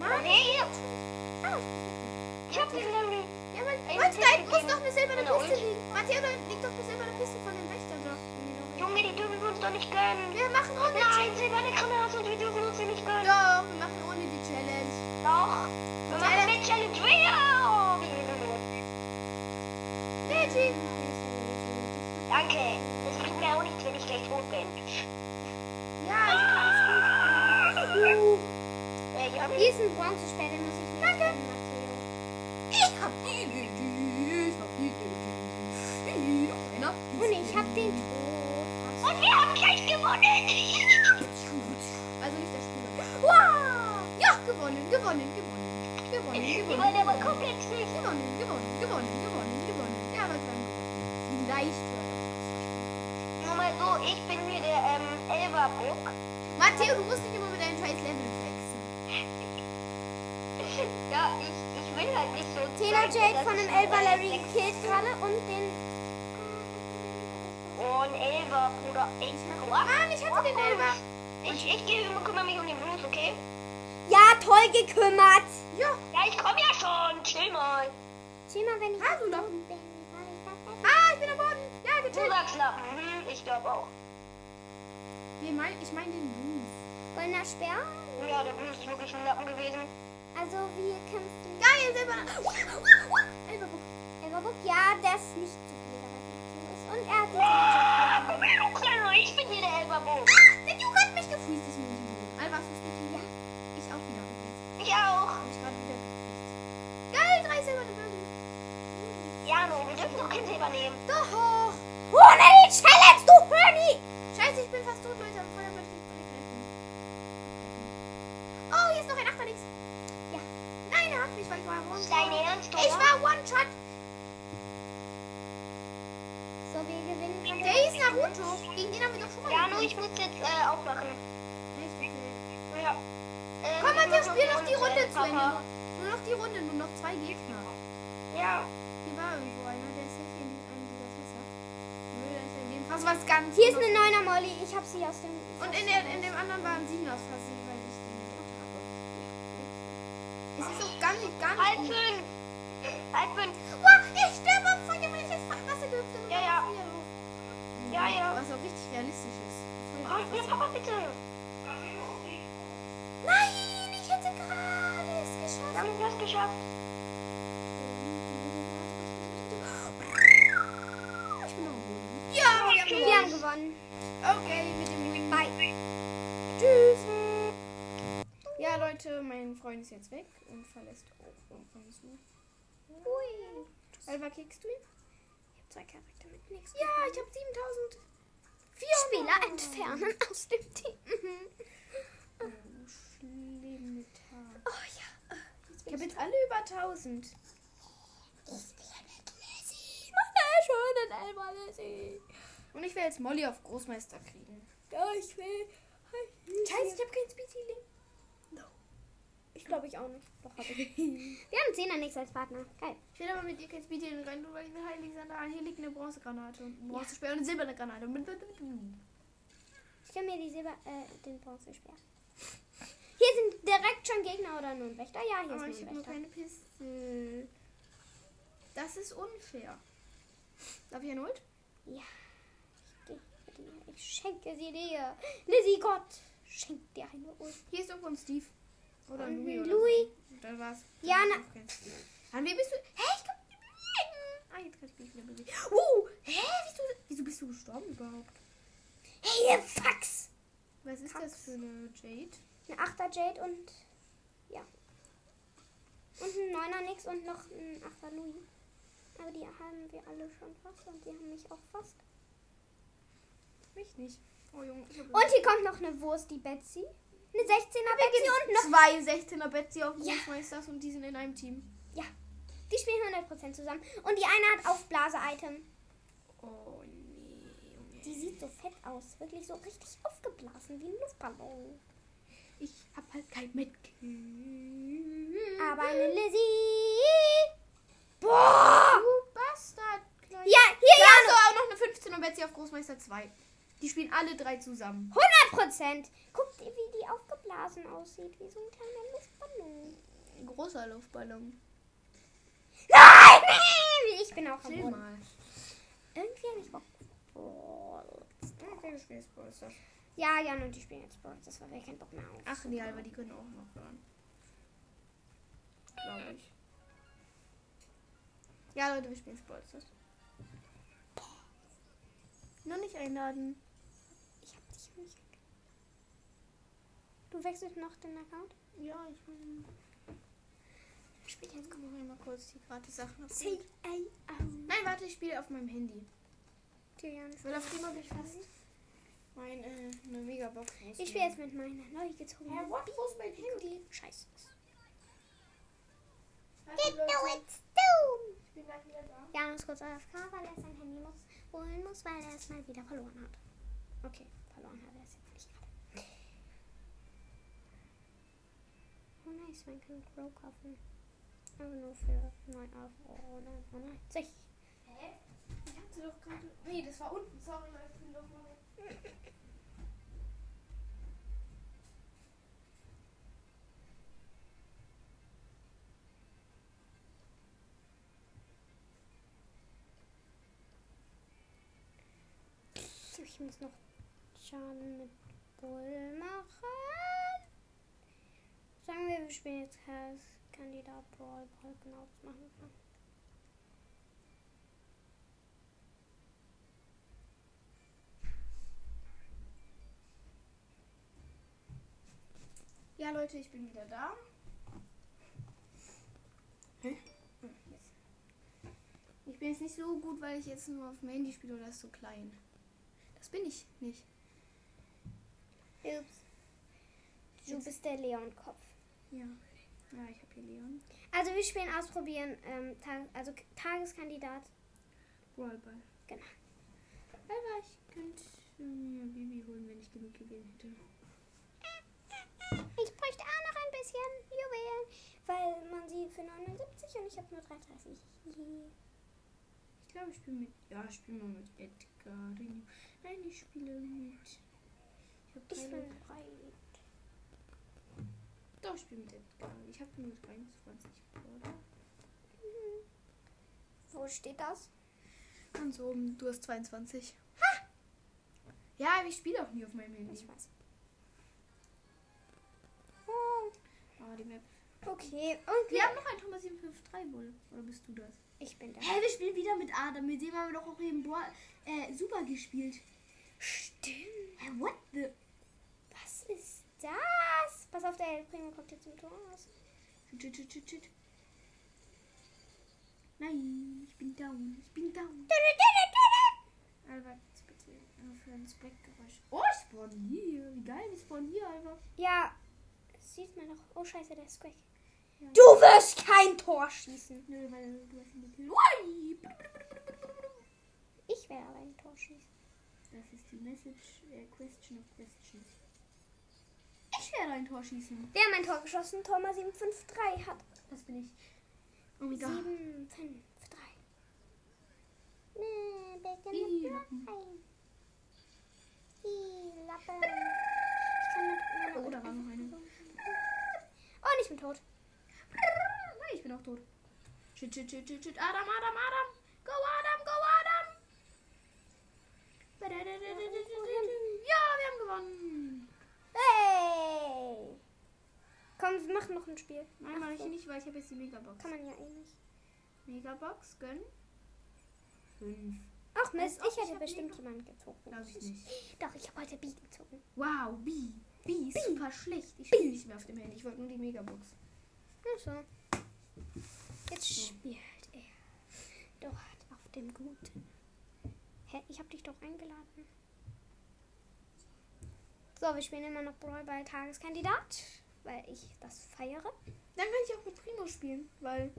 Oh, nee, hier.
Ah,
Ich hab den Memory.
Ja, man,
Ey,
warte,
das
da
ist
muss
gegen-
doch eine silberne
Eine
Piste
Ulti.
liegen. Matthias, da liegt doch eine silberne Piste von dem Wächter doch.
Junge, die dürfen wir uns doch nicht gönnen.
Wir machen ohne
Nein, silberne Kameras und wir dürfen uns sie nicht gönnen.
Doch, wir machen ohne die Challenge.
Doch. Wir machen eine Challenge. Wow.
Veggie!
Danke. Das bringt mir auch nichts, wenn ich gleich tot bin.
Ja,
Äh, ja,
Hier ist ein Bronzespeer, den muss ich nicht Danke.
ich hab die Idee, ich hab die Idee. Noch einer.
Und ich hab den Tod.
Und wir haben gleich gewonnen.
Also nicht der Spieler. Wow! Ja, gewonnen, gewonnen, gewonnen. Gewonnen,
Die
gewonnen.
waren aber komplett schlecht.
Gewonnen, gewonnen, gewonnen, gewonnen, gewonnen. Ja, aber wir haben gewonnen. Vielleicht. wird
Nur mal so, ich bin hier der ähm, Elberbruck.
das. Matteo, du musst nicht immer mit deinen scheiß Level flexen.
Ja, ich, ich will halt nicht so.
Taylor
zeigen,
Jade
dass
von einem
ich
Elber Larry
komplett
gekillt gerade und den.
Oh, ein Elber, Bruder. Ich, Mann,
ich hatte den Elber.
Ich, ich gehe immer, kümmere mich um den Blues, okay?
Ja, toll gekümmert.
Ja,
Ja, ich komme ja schon. Chill mal.
Schau mal, wenn ich.
Hast du doch.
bin, hab ich das
Also ah,
besser.
ich bin am Boden. Ja,
Du
gechillt.
sagst Lappen. Hm, ich glaube auch.
Nee, mein, ich meine den Blues.
Goldener Speer.
Ja, der Blues ist wirklich ein Lappen gewesen.
Also, wie kämpft die?
Geil, silberner.
Elberbuck. Elberbuck, ja, das ist nicht so viel, aber die ist. Und er hat die
Ah,
Taylor
komm her, du Kleiner. Ich bin hier der Elberbruck.
Der Duke hat mich gefriest, ich nehme die Blumen. Alba, hast du Spooky? Ja. Ich auch wieder übrigens.
Ich auch.
Hab ich gerade wieder gekriegt. Geil, drei silberne Blumen.
Jano, wir dürfen doch kein Silber nehmen.
Doch.
Jade. Ohne die Challenge, du Honey!
Scheiße, ich bin fast tot, Leute. Aber vorher wollte ich mich direkt retten. Oh, hier ist noch ein Achterlix.
Ja.
Nein, er hat mich, weil ich war
Dein
One-Shot.
Ernst, oder?
Ich war One-Shot.
So, wir gewinnen. aber-
Der ist Naruto. Gegen den haben wir doch schon mal
Jano,
gespielt.
ich muss jetzt äh, aufmachen.
Echt, okay.
Ja. Ähm,
Komm,
wir
Matthias,
machen
spiel noch die
uns, äh,
Runde zu
Papa.
Ende. Nur noch die Runde, nur noch zwei Gegner.
Ja.
Hier war irgendwo einer, der ist nicht in einem dieser Fässer. Müll, da ist in dem Fass was ganz.
Hier ist eine 9er Molly. Ich hab sie aus dem.
Und in, der, in dem anderen war ein Siegener aus Versehen, weil ich den gedrückt habe. Es ist auch gar nicht, gar
Halb
nicht. gut.
fünf. Halb fünf.
Boah, ich sterbe am Feuer, weil ich jetzt Wasser gehüpft bin. und
Ja, ja.
dann wieder hoch.
Ja, ja.
Was auch richtig realistisch ist.
Oh, ja,
Voll
Papa, bitte.
Nein, ich hätte gerade es
Wir
geschafft.
haben das geschafft.
Ich bin am Boden. Ja, wir haben
Wir haben
gewonnen.
gewonnen.
Okay, mit dem Win.
Bye.
Tschüss. Ja, Leute, mein Freund ist jetzt weg und verlässt auch uns.
Ui.
Alva, kickst du ihn?
Ich hab zwei Charakter mit nichts.
Ja, ich habe 7000.
Vier Spieler entfernen aus dem Team.
Oh, schlimme Tag.
Oh ja.
Ich habe äh, jetzt alle über 1000.
Ich will mit Lizzie. Meine schönen Elmer Lizzie.
Und ich will jetzt Molly auf Großmeister kriegen.
Ja, ich will.
Scheiße, ich habe kein Speed Healing.
Ich glaube, ich auch nicht. Doch, hab ich.
*laughs*
Wir haben Zehner nichts als Partner. Geil.
Ich will aber mit dir kein Speed Healing rein, nur weil ich will heilig sein. Ah, hier liegt eine Bronzegranate und ein Bronzespeer und eine silberne Granate.
Ich kann mir die Silber, äh, den Bronze sperren. Hier sind direkt schon Gegner oder nur ein Wächter. Ja, hier
Aber
ist
Oh, ich
nur
habe
ein
nur keine
Wächter.
Piste.
Hm.
Das ist unfair. Darf ich erneut?
Ja. Ich, geh mit dir. ich schenke sie dir. Lizzie Gott, schenk dir eine Uhr.
Hier ist irgendwo ein Steve. Oder ein Louis.
Louis.
Oder So. Dann war's.
Ja, na-
Okay. An wen bist du? Hey, ich kann mich nicht bewegen. Ah, jetzt kann ich mich wieder bewegen. Uh, hä? Wieso, wieso bist du gestorben überhaupt?
Hey, ihr Fax!
Was ist das für eine Jade?
Eine Achter Jade und. Ja. Und ein Neuner nix und noch ein Achter Louis. Aber die haben wir alle schon fast und die haben mich auch fast.
Mich nicht. Oh Junge, ich hab
Und hier kommt noch eine Wurst, die Betsy. Eine 16er Betsy und noch.
zwei 16er Betsy auf
Ja.
Großmeisters und die sind in einem Team.
Die spielen 100% zusammen. Und die eine hat Aufblase-Item.
Oh nee, Junge.
Die sieht so fett aus. Wirklich so richtig aufgeblasen wie ein Luftballon.
Ich hab halt kein Mitglied.
Aber eine Lizzie. Boah!
Du Bastard.
Ja,
Klein.
hier
Da hast du
ja
auch noch eine 15er Betsy auf Großmeister 2. Die spielen alle drei zusammen.
noch 100%. Guck dir, wie die aufgeblasen aussieht. Wie so ein kleiner Luftballon.
Ein großer Luftballon.
Nein! Ich bin auch am
Chill
Boden.
mal.
Irgendwie habe ich Bock. Balls.
Ach
Ja, Jan und ich spielen jetzt Balls. Das war wir keinen Bock mehr auf.
nee, aber die können auch noch hören. Glaube ich. Ja, Leute, wir spielen Spolsters. Noch nicht einladen.
Ich hab dich nicht. Du wechselst noch den Account?
Ja, ich will. Ich spiele jetzt guck mal einmal kurz die gratis Sachen auf.
C-A-O.
Nein, warte, ich spiele auf meinem Handy.
Julian.
Weil auf dem habe ich fast mein, äh, eine Megabox.
Ich spiele jetzt mit meiner neu gezogenen.
wo ist mein Handy?
Scheiße.
Warte, Leute,
it's doom.
ich bin gleich wieder da.
Jan ist kurz AFK, weil er sein Handy muss, holen muss, weil er es mal wieder verloren hat. Okay, verloren hat er es jetzt nicht gerade. Oh nice, man kann Grow kaufen. Aber nur für 9 Euro oder Oh 99.
Hä? Ich hatte doch gerade. Nee, das war unten. Sorry, Leute, ich bin doch mal.
Ich muss noch Schaden mit Bull machen. Sagen wir, wir spielen jetzt Chaos Kandidat Brawl Ball genau was machen kann.
Ja, Leute, ich bin wieder da. Hm, jetzt. Ich bin jetzt nicht so gut, weil ich jetzt nur auf dem Handy spiele oder ist so klein. Das bin ich nicht.
Ups. Du bist der Leon-Kopf.
Ja. Ja, ich habe hier Leon.
Also wir spielen ausprobieren, ähm, Tag also K- Tageskandidat.
Rollball.
Genau.
Aber ich könnte mir Bibi holen, wenn ich genug gegeben hätte.
Ich bräuchte auch noch ein bisschen Juwelen, weil man sie für 79 und ich habe nur 33. Hihi.
Ich glaube, ich spiele mit. Ja, ich spiele mal mit Edgar. Renio. Nein, ich spiele mit. Ich habe
Ich
keine.
bin bereit.
Doch, ich spiele mit Edgar. Ich habe nur 23 Border.
Hm. Wo steht das?
Ganz oben, du hast 22. Ja, aber ich spiele auch nie auf meinem Handy.
Ich weiß. Oh,
Oh, die Map.
okay, und
Wir haben noch einen Thomas 753 wohl. Oder bist du das?
Ich bin da.
Hä, wir spielen wieder mit Adam. Mit dem haben wir doch auch eben Bo äh, super gespielt.
Stimmt.
Hä, what the?
Was ist das? Pass auf, der El Primo kommt jetzt mit Tor aus.
Shit, shit, shit, shit. Nein, ich bin down. Ich bin down. Albert, jetzt bitte aufhören, das Backgeräusch. Oh, ich spawn hier. Wie geil, wir spawnen hier, Albert.
Ja, das sieht man doch. Oh, scheiße, der ist Squeak.
Ja.
Du wirst kein Tor schießen.
Nö, weil du hast ihn gekillt. Ui!
Ich werde aber ein Tor schießen.
Das ist die Message, äh, Question of Questions. Ich werde ein Tor schießen.
Wir haben ein Tor geschossen. Thomas 753 hat
Das bin ich. Oh mein Gott.
753. Nee, bitte
Die
mit
Lappen.
Lappen. Die Lappen. Ich kann mit meiner
Oh, da war noch eine.
Oh, nicht mit tot.
Nein, ich bin auch tot. Shit, shit, shit, shit, shit. Adam, Adam, Adam. Go, Adam, go, Adam. Ja, wir haben gewonnen.
Hey! Komm, wir machen noch ein Spiel.
Nein, mache ich nicht, weil ich habe jetzt die Megabox.
Kann man ja eh nicht.
Megabox gönnen. Fünf.
Ach Mist,
Als ob
ich hätte
ich hab
bestimmt jemanden gezogen.
Glaube ich nicht.
Doch, ich habe heute B gezogen.
Wow, B. B ist super schlecht. Ich spiele nicht mehr auf dem Handy. Ich wollte nur die Megabox.
Ach so. Jetzt spielt Also. er. dort auf dem Guten. Hä, ich hab dich doch eingeladen. So, wir spielen immer noch Brawl bei Tageskandidat, weil ich das feiere.
Dann kann ich auch mit Primo spielen, weil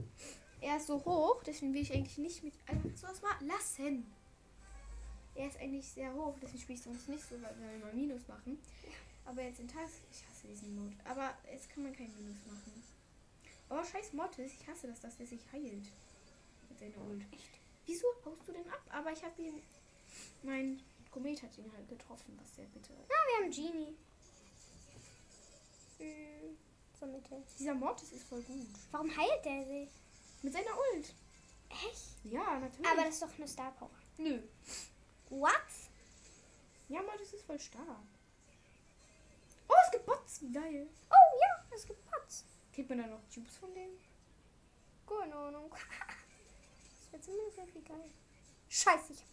er ist so hoch, deswegen will ich eigentlich nicht mit. Also, kannst du das mal lassen? Er ist eigentlich sehr hoch, deswegen spiele ich sonst nicht so, weil wir immer Minus machen. Aber jetzt in Tags. Ich hasse diesen Mod. Aber jetzt kann man kein Minus machen. Oh, scheiß Mortis, ich hasse das, dass der sich heilt. Mit seiner Ult. Echt? Wieso haust du denn ab? Aber ich habe ihn. Mein Komet hat ihn halt getroffen, was der bitte.
Na, wir haben Genie. Hm, so Mitte.
Dieser Mortis ist voll gut.
Warum heilt der sich?
Mit seiner Ult.
Echt?
Ja, natürlich.
Aber das ist doch eine Star Power.
Nö.
What?
Ja, Mortis ist voll stark. Oh, es gibt Bots. Wie geil.
Oh ja, es gibt Pots.
Kriegt man da noch Tubes von denen?
Gute Ahnung. *laughs* Das wird zumindest irgendwie geil. Scheiße, ich hab.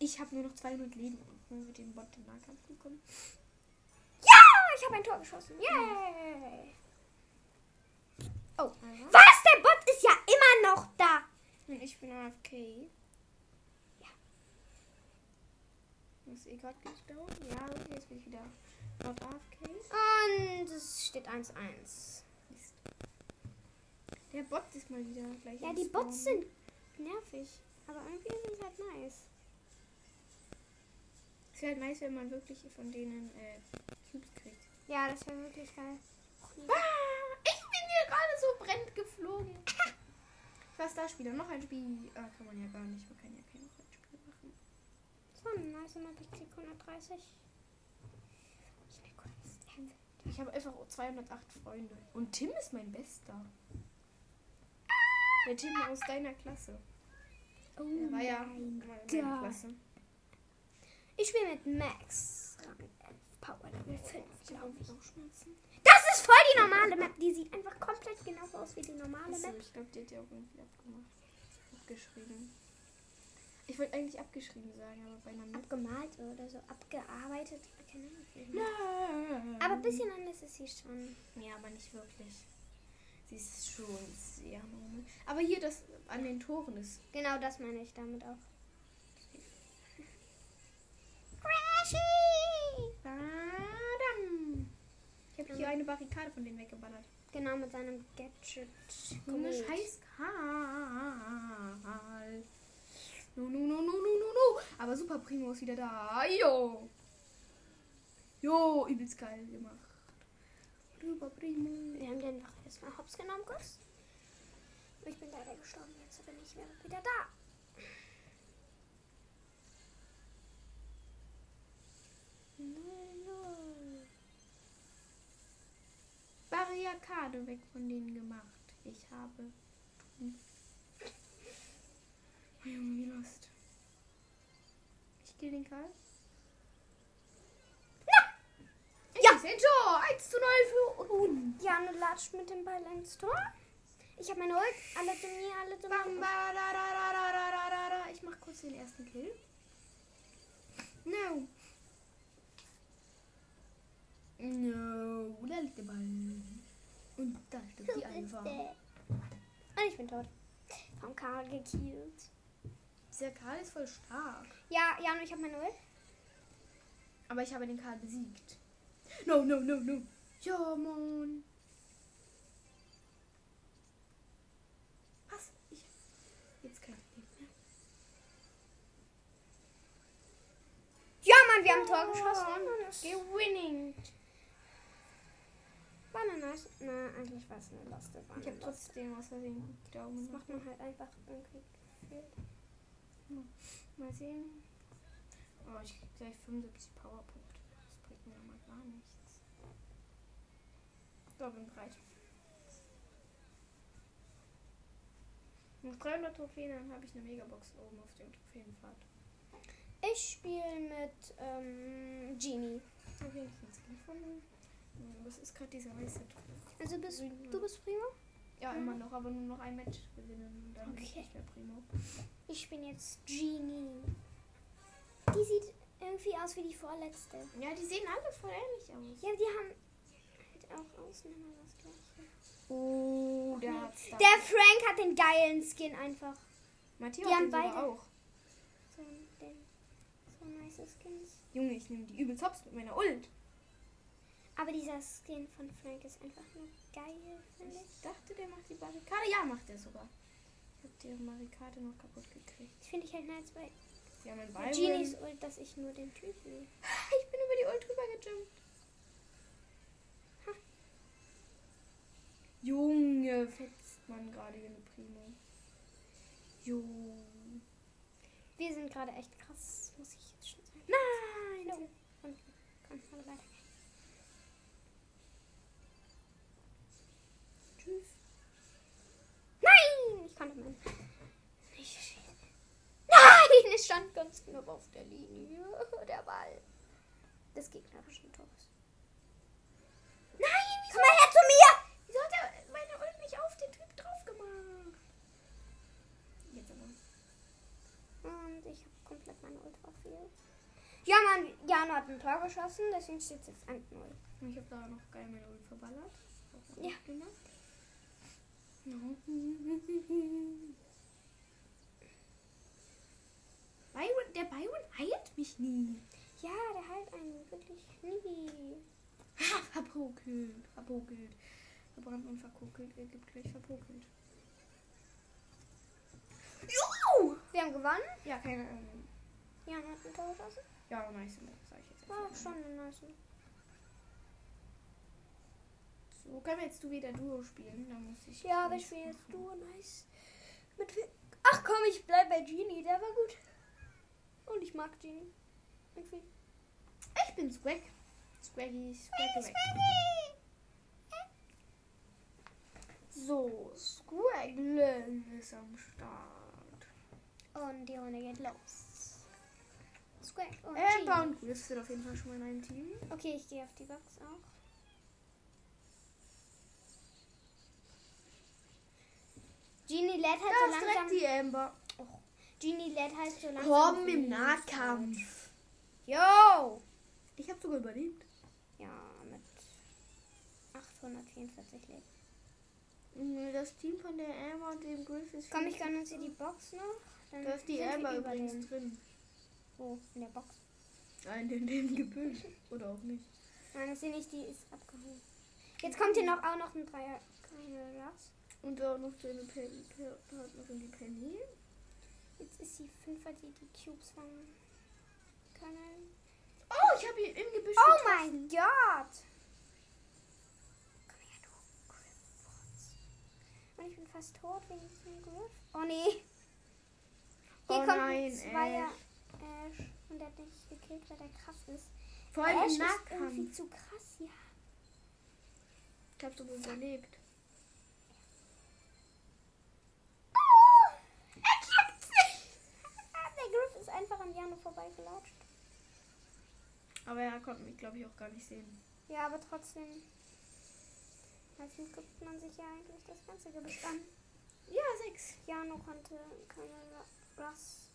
Ich habe nur noch 200 Leben. Wenn wir mit dem Bot in Nahkampf gekommen.
Ja, ich habe ein Tor geschossen. Yay! Oh. Was? Der Bot ist ja immer noch da.
Und ich bin AFK.
Ja.
Ist eh gerade gestorben? Ja, okay, jetzt bin ich wieder. Bot AFK.
Und es steht 1-1.
Mist. Der Bot ist mal wieder gleich.
Ja,
am
die
Spawn.
Bots sind nervig. Aber irgendwie sind sie halt nice.
Es wäre halt nice, wenn man wirklich von denen äh, Cubes kriegt.
Ja, das wäre wirklich geil.
Ah, ich bin hier gerade so brennend geflogen. *laughs* Was da Spieler? Noch ein Spiel. Ah, kann man ja gar nicht. Man kann ja kein noch ein Spiel machen.
So, nice. Immer ich krieg 130. Ich will kurz. Hände.
Ich habe einfach 208 Freunde. Und Tim ist mein Bester. Der Tim aus deiner Klasse.
Oh
Der war ja in
mein
meiner
Gott.
Klasse.
Ich spiele mit Max. Rang 11, Power Level 5,
Ich habe
glaube ich.
Bauchschmerzen.
Das ist voll die normale Map. Die sieht einfach komplett genauso aus wie die normale
Achso,
Map.
ich glaube, die hat ja auch irgendwie abgemacht. Abgeschrieben. Ich wollte eigentlich abgeschrieben sagen, aber bei einer Map.
Abgemalt oder so, abgearbeitet. Keine Ahnung.
Nein.
Aber ein bisschen anders ist sie schon.
Ja, aber nicht wirklich. Sie ist schon sehr normal. Aber hier das an den Toren ist.
Genau das meine ich damit auch. Crashy!
Badam. Ich habe hier eine Barrikade von denen weggeballert.
Genau mit seinem Gadget.
Komm,
Komet.
scheiß Karl. No, no, no, no, no, no, no. Aber Super Primo ist wieder da. Jo. Jo, übelst geil gemacht. Super Primo.
Wir haben den doch erstmal hops genommen, kurz. Ich bin leider gestorben, jetzt bin ich wieder- wieder da.
Barrikade weg von denen gemacht. Ich habe. Oh Junge, wie lost. Ich kill den Karl. Na! Ja! Sencho! 1 zu 0 für uns.
Janne latscht mit dem Ball ins Tor. Ich habe meine Holt. Alle zu mir, alle zu
Bam,
mir.
ba, da, da, da, da, da, da, da, da. Ich mach kurz den ersten Kill. No. No. Da liegt der Ball. Und da stirbt die Alpha.
Und Ah, ich bin tot. Vom Karl gekillt.
Dieser Karl ist voll stark.
Ja, Janne, ich habe meine Holt.
Aber ich habe den Karl besiegt. No, no, no, no. Ja, Mann. Was? Ich jetzt kein Leben mehr.
Ja, Mann, wir haben Tor geschossen. Und es
Gewinning.
war eine nice. Na, eigentlich war es eine Loste. War
Ich habe
eine Loste.
trotzdem aus Versehen die Daumen
Das
gemacht.
macht man halt einfach irgendwie.
Mal sehen. Oh, ich krieg gleich 75 Powerpunkte. Das bringt mir mal gar nichts. So, bin bereit. Mit 300 Trophäen dann habe ich eine Megabox oben auf dem Trophäenpfad.
Ich spiele mit ähm, Genie.
Okay, ich hab's gefunden. Hm, Was ist gerade dieser weiße Druck?
Also bist du bist Primo?
Ja,
Mhm.
immer noch, aber nur noch ein Match gewinnen. und Dann okay.
Okay.
bin ich der Primo.
Ich bin jetzt Genie. Die sieht irgendwie aus wie die vorletzte.
Ja, die sehen alle voll ähnlich aus.
Ja, die haben halt auch Ausnahme das gleiche.
Oh, der hat's da.
Der Frank hat den geilen Skin einfach.
Matteo
Die
hat
haben
den sogar
beide-
auch.
So, ein Ding. so nice Skins.
Junge, ich nehme die übelst hops mit meiner Ult.
Aber dieser Skin von Frank ist einfach nur geil, finde ich.
Ich dachte, der macht die Barrikade. Ja, macht er sogar. Ich habe die Barrikade noch kaputt gekriegt.
Das finde ich halt nice bei
Die haben einen
bei
Ball.
Genies Ult, dass ich nur den Typen nehme.
*laughs* Ich bin über die Ult drüber gejumpt. Junge, fetzt man gerade hier eine Primo. Jo.
Wir sind gerade echt krass, muss ich jetzt schon sagen.
Nein!
No. Und komm, alle weiter.
Tschüss.
Nein! Ich konnte meinen. Ich schieße. Nein! Es stand ganz knapp auf der Linie. *laughs* Der Ball. Des gegnerischen Tores. Nein! Komm mal her zu mir!
Wieso hat er meine Ult nicht auf den Typ drauf gemacht? Jetzt aber.
Und ich habe komplett meine Ult verfehlt. Ja, Mann, Jano hat ein Tor geschossen, deswegen steht es jetzt 1-0.
Ich habe da noch geil meine Ult verballert. Hab auch
Ja.
gut Gemacht. No. *laughs* Byron, der Byron eilt mich nie.
Ja, der heilt einen wirklich nie.
Ha, verpokelt, verpokelt. Verbrannt und verkokelt, er gibt gleich verpokelt. Jo!
Wir haben gewonnen.
Ja, keine Ahnung.
Jano hat ein Tor geschossen.
Ja, nice, sag ich jetzt.
War
einfach.
auch schon eine nice.
So, können wir jetzt du wieder Duo spielen? Dann muss ich.
Ja, wir spielen jetzt Duo, nice. Mit we- Ach komm, ich bleib bei Genie, der war gut. Und ich mag Genie. Irgendwie.
Ich bin Squack. Squaggy, Squaggy. So, Squaglen ist am Start.
Und die Runde geht los. Squack und
Amber
Genie.
und Griff sind auf jeden Fall schon mal in einem Team.
Okay, ich gehe auf die Box auch. Genie lädt halt so
Da ist direkt
langsam.
die Amber.
Genie lädt halt so langsam.
Korben im
auf den
Nahkampf.
Yo!
Ich habe sogar überlebt.
Ja, mit 844 Leben.
Mhm, Das Team von der Amber und dem Griff ist.
Komm, ich gönne uns hier die Box noch. Dann
Da ist die
sind wir
Amber
über
übrigens
den-
drin.
Wo? In der Box?
Nein, in
*laughs*
dem Gebüsch. Oder auch nicht.
Nein, ist sie nicht, die ist abgehoben. Jetzt kommt hier noch auch noch ein Dreier. Keine raus.
Und auch noch seine Pen- Pen- Partnerin, die Penny.
Jetzt ist die Fünfer, die die Cubes fangen können.
Oh, ich habe ihn im Gebüsch
Oh mein Gott! Komm her, du Griffwurz. Und ich bin fast tot wegen diesem Griff. Oh nee. Hier
Oh
kommt
nein,
ein Zweier.
Ash.
Ash. Und der hat nicht gekillt, weil der krass ist.
Vor allem
Ash
im
ist irgendwie
Nahkampf.
zu krass, ja.
Ich habe sogar überlebt.
Oh, Er kickt sich. *laughs* Der Griff ist einfach an Jano vorbeigelatscht.
Aber er konnte mich, glaube ich, auch gar nicht sehen.
Ja, aber trotzdem. Meistens guckt man sich ja eigentlich das ganze Gebüsch an.
Ja, sechs.
Jano konnte keine Russ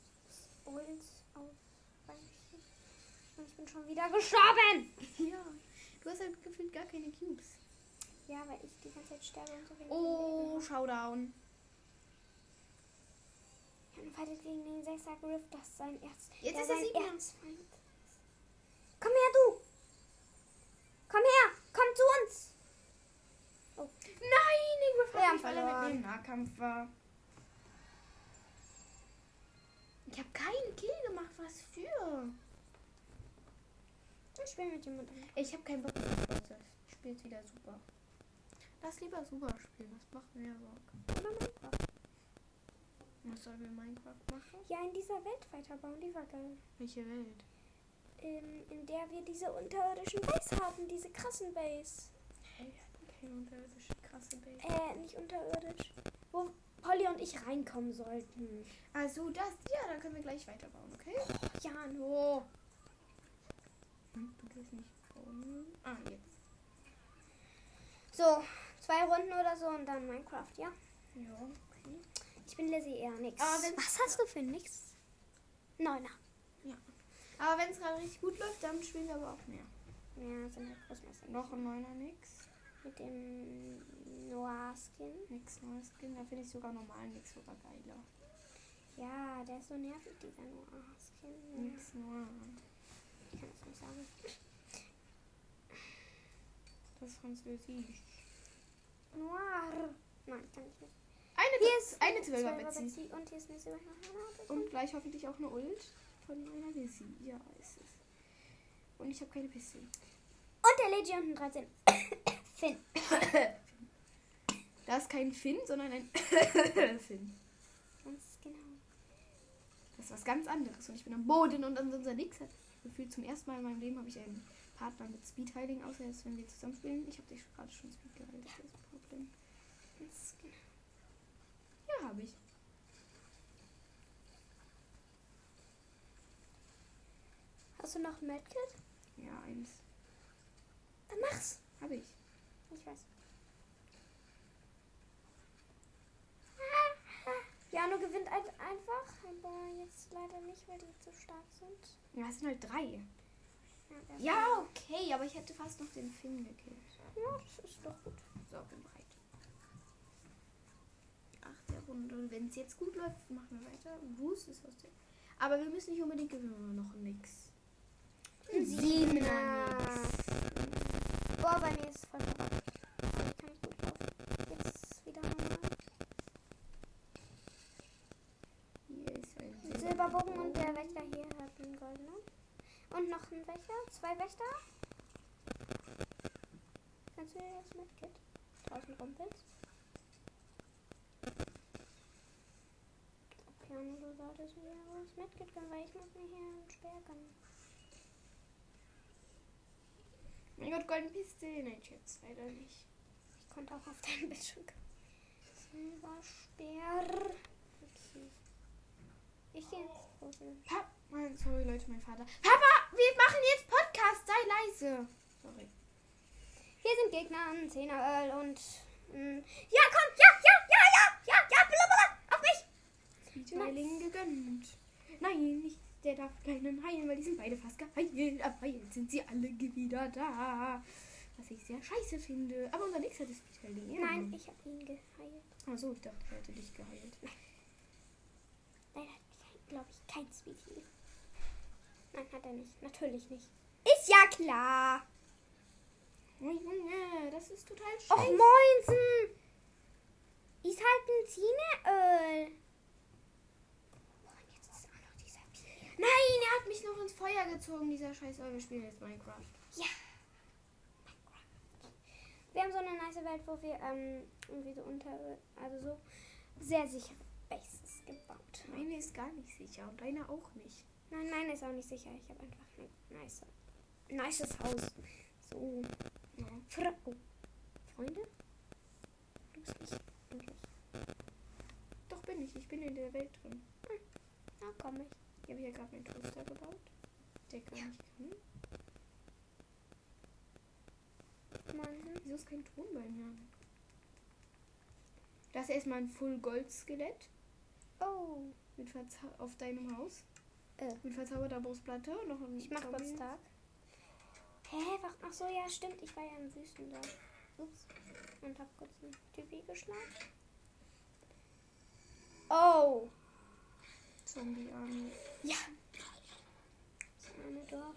Ult ausweichen. Und ich bin schon wieder gestorben.
*laughs* Ja. Du hast halt gefühlt gar keine Cubes.
Ja, weil ich die ganze Zeit sterbe und so wenig
Oh, Showdown.
Leben habe. Jano fightet gegen den 6 Griff, das ist sein Erz.
Jetzt
der
ist er
sein
Sieger.
Erzfeind ist. Komm her, du. Komm her. Komm zu uns.
Nein, ich
Wir haben
weil er
verloren.
mit mir im Nahkampf war. Ich habe keinen Kill gemacht. Was für?
Ich spiele mit jemandem.
Ey, Ich habe keinen Bock auf das. Spielt wieder super. Lass lieber super spielen. Das macht mehr Bock. Oder Minecraft. Was sollen wir Minecraft machen?
Ja, in dieser Welt weiterbauen, die war geil.
Welche Welt?
In, in der wir diese unterirdischen Base haben, diese krassen Base.
Hey, wir hatten keine unterirdische krasse Welt.
Äh, nicht unterirdisch. Wo Polly und ich reinkommen sollten.
Also das, ja, dann können wir gleich weiterbauen, okay?
Jano.
Hm, Du gehst nicht bauen. Ah, jetzt.
So, zwei Runden oder so und dann Minecraft, ja?
Ja, okay.
Ich bin Lizzie eher nix.
Aber wenn-
Was hast du für nix? Neuner.
Aber wenn es gerade richtig gut läuft, dann spielen wir aber auch mehr.
Ja, sind wir Christmas.
Noch ein neuner nix.
Mit dem Noir-Skin.
Nix neues Skin. Da finde ich sogar normalen nix sogar geiler.
Ja, der ist so nervig, dieser Noah. Das kann ich
Nix Noah.
kann es nicht sagen.
Das ist Französisch.
Noir. Nein, kann ich nicht.
Eine,
Hier ist
eine
eine
Zwölfer Betsy.
Zwölfer Betsy Und hier ist eine Silber.
Und gleich hoffentlich auch eine Ult von meiner Lizzie. Ja, ist es. Und ich habe keine Pistole.
Und der Lady unten 13. *coughs* Finn.
Da ist kein Finn, sondern ein *laughs* Finn.
Ganz genau.
Das ist was ganz anderes. Und ich bin am Boden und ansonsten nix. Gefühlt zum ersten Mal in meinem Leben habe ich einen Partner mit Speedheiling, außer jetzt, wenn wir zusammen spielen. Ich habe dich gerade schon Speed geheilt. Das ist das Problem.
Ganz genau.
Ja, habe ich.
Hast du noch ein Medkit?
Ja, eins.
Dann mach's.
Habe ich.
Ich weiß. Jano gewinnt ein- einfach, aber jetzt leider nicht, weil die zu stark sind.
Ja, es sind halt drei.
Ja, der-
Ja, okay, aber ich hätte fast noch den Finn gekillt.
ja, das ist doch gut.
So, bin bereit. Achte Runde. Und wenn es jetzt gut läuft, machen wir weiter. Bruce ist aus der. Aber wir müssen nicht unbedingt gewinnen, wenn wir noch nix.
Ein Siebener.
nix.
Boah, bei mir ist voll verrückt. Kann ich gut laufen. Jetzt wieder ein
Hier ist ein
Silberbogen und der Wächter hier hat einen goldenen. Und noch ein Wächter, zwei Wächter. Kannst du mir das mit, Kit? Draußen rumpelst. Okay, Anne, du solltest mir was mitgeben, weil ich muss mir hier stärken.
Mein Gott, Golden Pistole. Nein, Schatz, leider nicht.
Ich konnte auch auf deinen Bildschirm kommen. Silbersperr. Okay. Ich gehe ins Puzzle.
Papa, Mann, sorry Leute, mein Vater. Papa, wir machen jetzt Podcast, sei leise. Sorry.
Hier sind Gegner, ein Zehneröl und. mm, ja, komm, ja, ja, ja, ja, ja, ja, blablabla, auf mich!
Speedweiling gegönnt. Nein, nicht. Der darf keinen heilen, weil die sind beide fast geheilt. Aber jetzt sind sie alle ge- wieder da. Was ich sehr scheiße finde. Aber unser nächster ist Speedweiling. Ja.
Nein, ich habe ihn geheilt.
Achso, ich dachte, er hätte dich geheilt.
Nein, er hat, glaube ich, kein Speed Heal. Nein, hat er nicht. Natürlich nicht. Ist ja klar.
Oh Junge, das ist total
Och,
scheiße.
Moinsen! Ist halt ein Zehneröl. Boah, und jetzt ist auch noch dieser Bier.
Nein, er hat mich noch ins Feuer gezogen, dieser scheiß Eul. Wir spielen jetzt Minecraft.
Wir haben so eine nice Welt, wo wir ähm, irgendwie so unter, also so sehr sichere Bases gebaut haben.
Meine ist gar nicht sicher und deine auch nicht.
Nein, meine ist auch nicht sicher. Ich habe einfach ein nice, nices Haus. So.
Ja.
Fre oh. Freunde? Du bist nicht endlich.
Doch bin ich, ich bin in der Welt drin.
Na komm ich.
Ich habe hier gerade meinen Toaster gebaut. Der gar
Ja.
nicht Hm? kann.
Mann.
Wieso ist kein Ton bei mir? Das ist erstmal ein Full-Gold-Skelett
Oh.
mit Verzau- auf deinem Haus.
Äh.
Mit verzauberter Brustplatte. und Noch ein
Ich mach
Zombie.
kurz Tag. Hä? Warum? Ach so, ja, stimmt. Ich war ja im Wüstenland. Ups. Und hab kurz einen Typi geschlagen. Oh.
Zombie-Arme.
Ja. Das arme Dorf.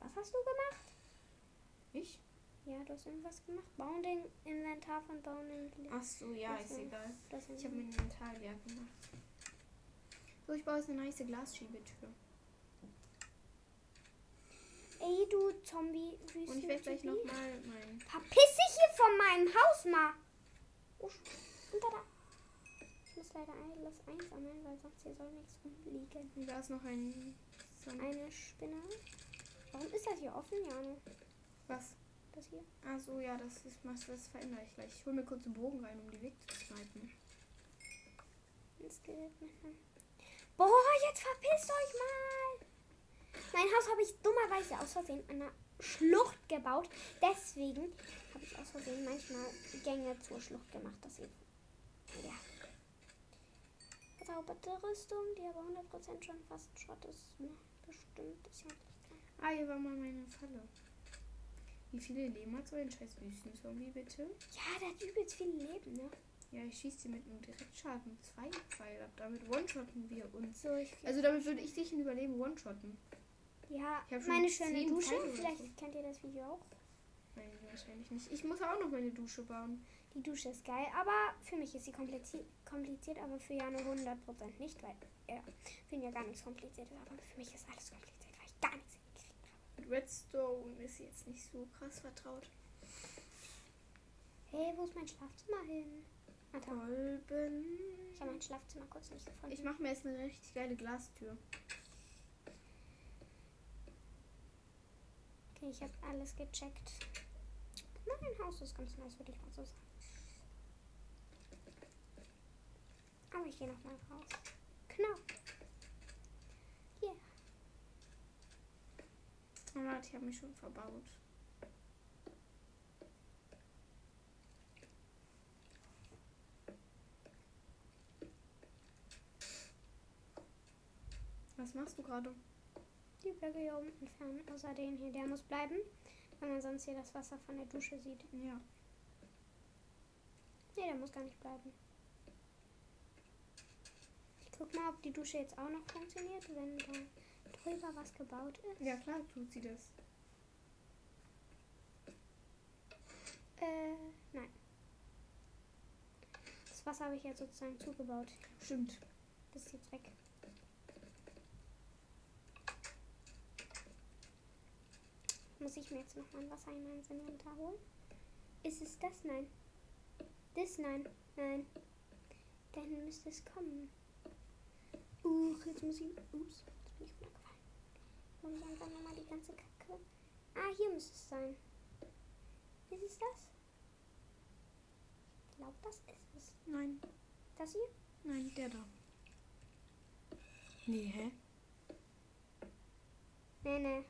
Was hast du gemacht?
Ich?
Ja, du hast irgendwas gemacht. Bauen den Inventar von Bauen den
Ach so, ja,
Das
ist
war-
egal.
Das
Ah, Ich habe mir einen Inventar leer gemacht. So, ich baue jetzt eine nice Glasschiebetür.
Ey, du Zombie.
Und ich werde gleich nochmal mein...
Verpiss dich hier von meinem Haus mal. Usch, unter da. Ich muss leider alles einsammeln, weil sonst hier soll nichts rumliegen.
Da ist noch ein... Zombie-
Eine Spinne. Warum ist das hier offen, Jano?
Was?
Das hier?
Ach so, ja, das ist... Das verändere ich gleich. Ich hole mir kurz einen Bogen rein, um die Weg zu snipen.
Ein Skelett mit einem- Boah, jetzt verpisst euch mal. Mein Haus habe ich dummerweise aus Versehen an einer Schlucht gebaut. Deswegen habe ich aus Versehen manchmal Gänge zur Schlucht gemacht, dass ihr Ja. Verzauberte Rüstung, die aber 100% schon fast Schrott ist. Ne? Bestimmt. Ich hab
Ah, hier war mal meine Falle. Wie viele Leben hat so ein scheiß Wüstenzombie, bitte?
ja, der hat übelst viel Leben, ne?
Ja, ich schieße dir mit einem Direktschaden zwei Pfeil ab. Damit one-shotten wir uns.
So, ich,
Also damit würde ich dich im Überleben one-shotten.
ja,
Ich hab schon
meine
zehn
schöne Dusche.
Pfeile oder
Vielleicht
so.
kennt ihr das Video auch.
Nein, wahrscheinlich nicht. Ich muss auch noch meine Dusche bauen.
Die Dusche ist geil, aber für mich ist sie kompliziert, kompliziert aber für Jano 100% nicht, weil er finde ja gar nichts kompliziert, aber für mich ist alles kompliziert, weil ich gar nichts hingekriegt
Mit Redstone ist sie jetzt nicht so krass vertraut.
habe. Hey, wo ist mein Schlafzimmer hin? Alter,
Kolben.
ich habe mein Schlafzimmer kurz nicht gefunden.
Ich mache mir jetzt eine richtig geile Glastür.
Okay, ich habe alles gecheckt. Mein Haus ist ganz nice, würde ich mal so sagen. Aber ich gehe nochmal raus. Genau.
Oh Mann, ich habe mich schon verbaut. Was machst du gerade?
Die Blöcke hier oben entfernen, außer den hier. Der muss bleiben, weil man sonst hier das Wasser von der Dusche sieht.
Ja.
Nee, der muss gar nicht bleiben. Ich guck mal, ob die Dusche jetzt auch noch funktioniert, wenn da drüber was gebaut ist.
Ja, klar tut sie das.
Äh, nein. Das Wasser habe ich jetzt sozusagen zugebaut.
Stimmt.
Das ist jetzt weg. Muss ich mir jetzt nochmal ein Wasser in meinen Inventar holen? Ist es das? Nein. Das? Nein. Nein. Dann müsste es kommen. Uch, jetzt muss ich. Ups, jetzt bin ich runtergefallen. Muss ich einfach nochmal die ganze Kacke. Ah, hier müsste es sein. Ist es das? Ich glaube, das ist es.
Nein,
Das hier?
nein, der da. Nee, hä?
Nee, nee.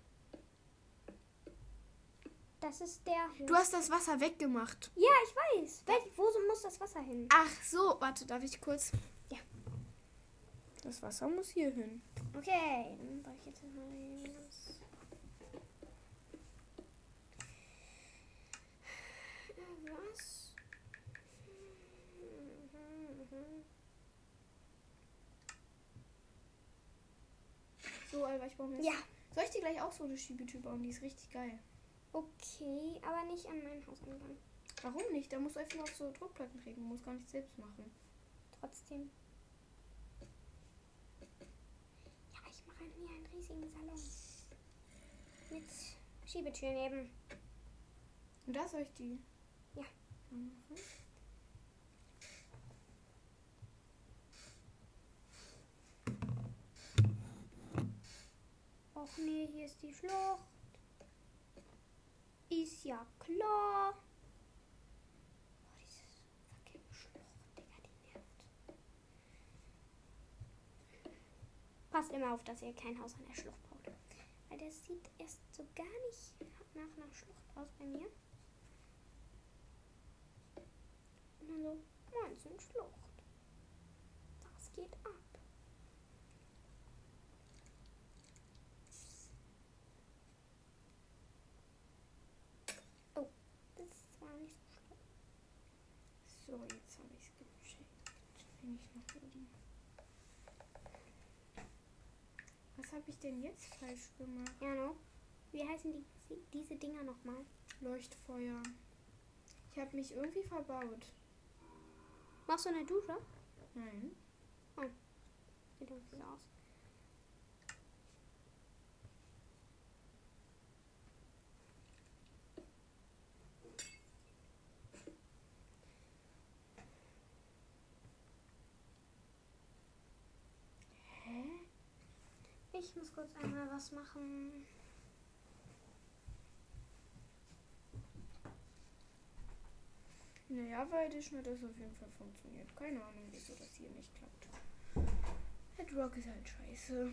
Das ist der hier.
Du hast das Wasser weggemacht.
ja, ich weiß. Wel wo so- muss das Wasser hin?
Ach so, warte, darf ich kurz?
Ja.
Das Wasser muss hier hin.
Okay, dann brauche ich jetzt mal irgendwas. Was? Mhm, mhm.
So, Alba, ich brauche mir jetzt-
Ja,
Soll ich dir gleich auch so eine Schiebetür bauen? Die ist richtig geil.
okay, aber nicht an meinen Hausangang.
Warum nicht? Da musst du einfach noch so Druckplatten kriegen. Du musst gar nichts selbst machen.
Trotzdem. Ja, ich mache mir einen riesigen Salon. Mit Schiebetüren eben.
Und da soll ich die.
Ja.
Mhm.
Och nee, hier ist die Schlucht. Ist ja klar. Oh, Boah, diese fucking Schlucht, Digga, die nervt. Passt immer auf, dass ihr kein Haus an der Schlucht baut. Weil das sieht erst so gar nicht nach einer Schlucht aus bei mir. Und dann so, meins sind Schlucht. Das geht ab. Oh, Das war nicht so schlimm.
So, jetzt habe ich es geschickt. Bin ich nach oben. Was habe ich denn jetzt falsch gemacht?
Jano, wie heißen die, diese Dinger nochmal?
Leuchtfeuer. Ich habe mich irgendwie verbaut.
Machst du eine Dusche?
Nein.
Sieht irgendwie so aus.
Hä?
Ich muss kurz einmal was machen.
Naja, bei Edition hat das auf jeden Fall funktioniert. Keine Ahnung, wieso das hier nicht klappt. Headrock ist halt scheiße.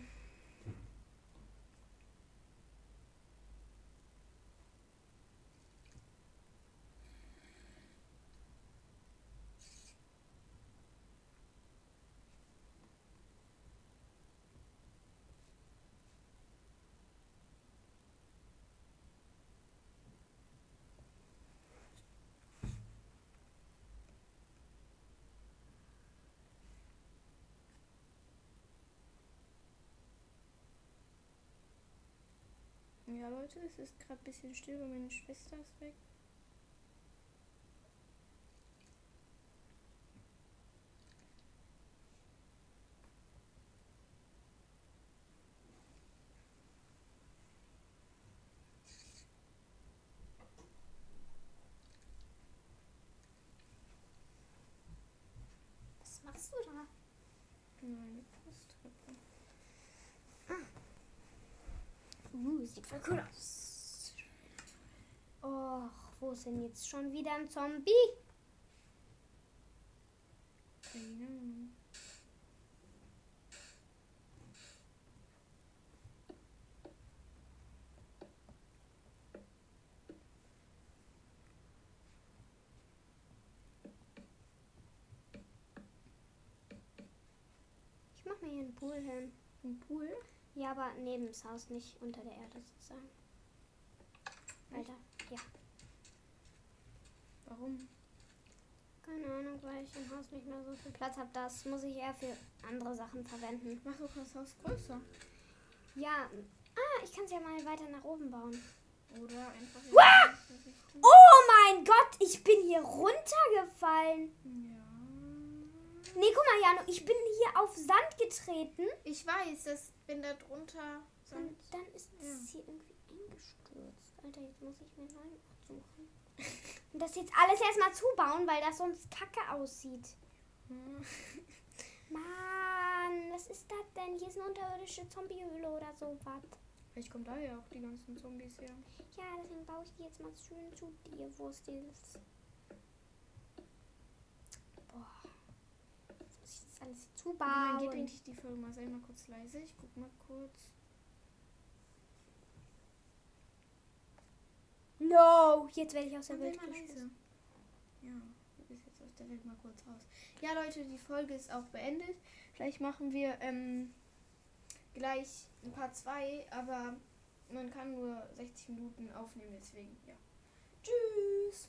Ja, Leute, es ist gerade ein bisschen still, weil meine Schwester ist weg.
Was machst du da?
Nein, Posttreppe.
Uh, sieht voll cool aus. Och, wo ist denn jetzt schon wieder ein Zombie?
Keine Ahnung.
Ich mach mir hier einen Pool hin.
Ein Pool?
Ja, aber neben das Haus, nicht unter der Erde sozusagen. Alter, ja.
Warum?
Keine Ahnung, weil ich im Haus nicht mehr so viel Platz habe. Das muss ich eher für andere Sachen verwenden.
Mach doch das Haus größer.
Ja. Ah, ich kann es ja mal weiter nach oben bauen.
Oder einfach. in
Wah!
die andere Richtung.
Oh mein Gott, ich bin hier runtergefallen.
Ja.
Nee, guck mal, Jano, ich bin hier auf Sand getreten.
Ich weiß, dass wenn da drunter
Und
Sand.
dann ist es hier irgendwie eingestürzt. Alter, jetzt muss ich mir einen neuen Ort suchen. *laughs* Und das jetzt alles erstmal zubauen, weil das sonst kacke aussieht. Mann, was ist das denn? Hier ist eine unterirdische Zombiehöhle oder sowas.
Vielleicht kommen da ja auch die ganzen Zombies her.
Ja, deswegen baue ich die jetzt mal schön zu dir. Wo ist dieses? Boah. Jetzt muss ich das alles
Wie lange geht
zubauen.
eigentlich die Folge mal? Sei mal kurz leise. Ich guck mal kurz.
No, jetzt werde ich aus der
Sei
Welt
mal leise.
geschmissen.
Ja, du bist jetzt aus der Welt mal kurz raus. Ja, Leute, die Folge ist auch beendet. Vielleicht machen wir ähm, gleich ein paar zwei, aber man kann nur 60 Minuten aufnehmen, deswegen ja. Tschüss.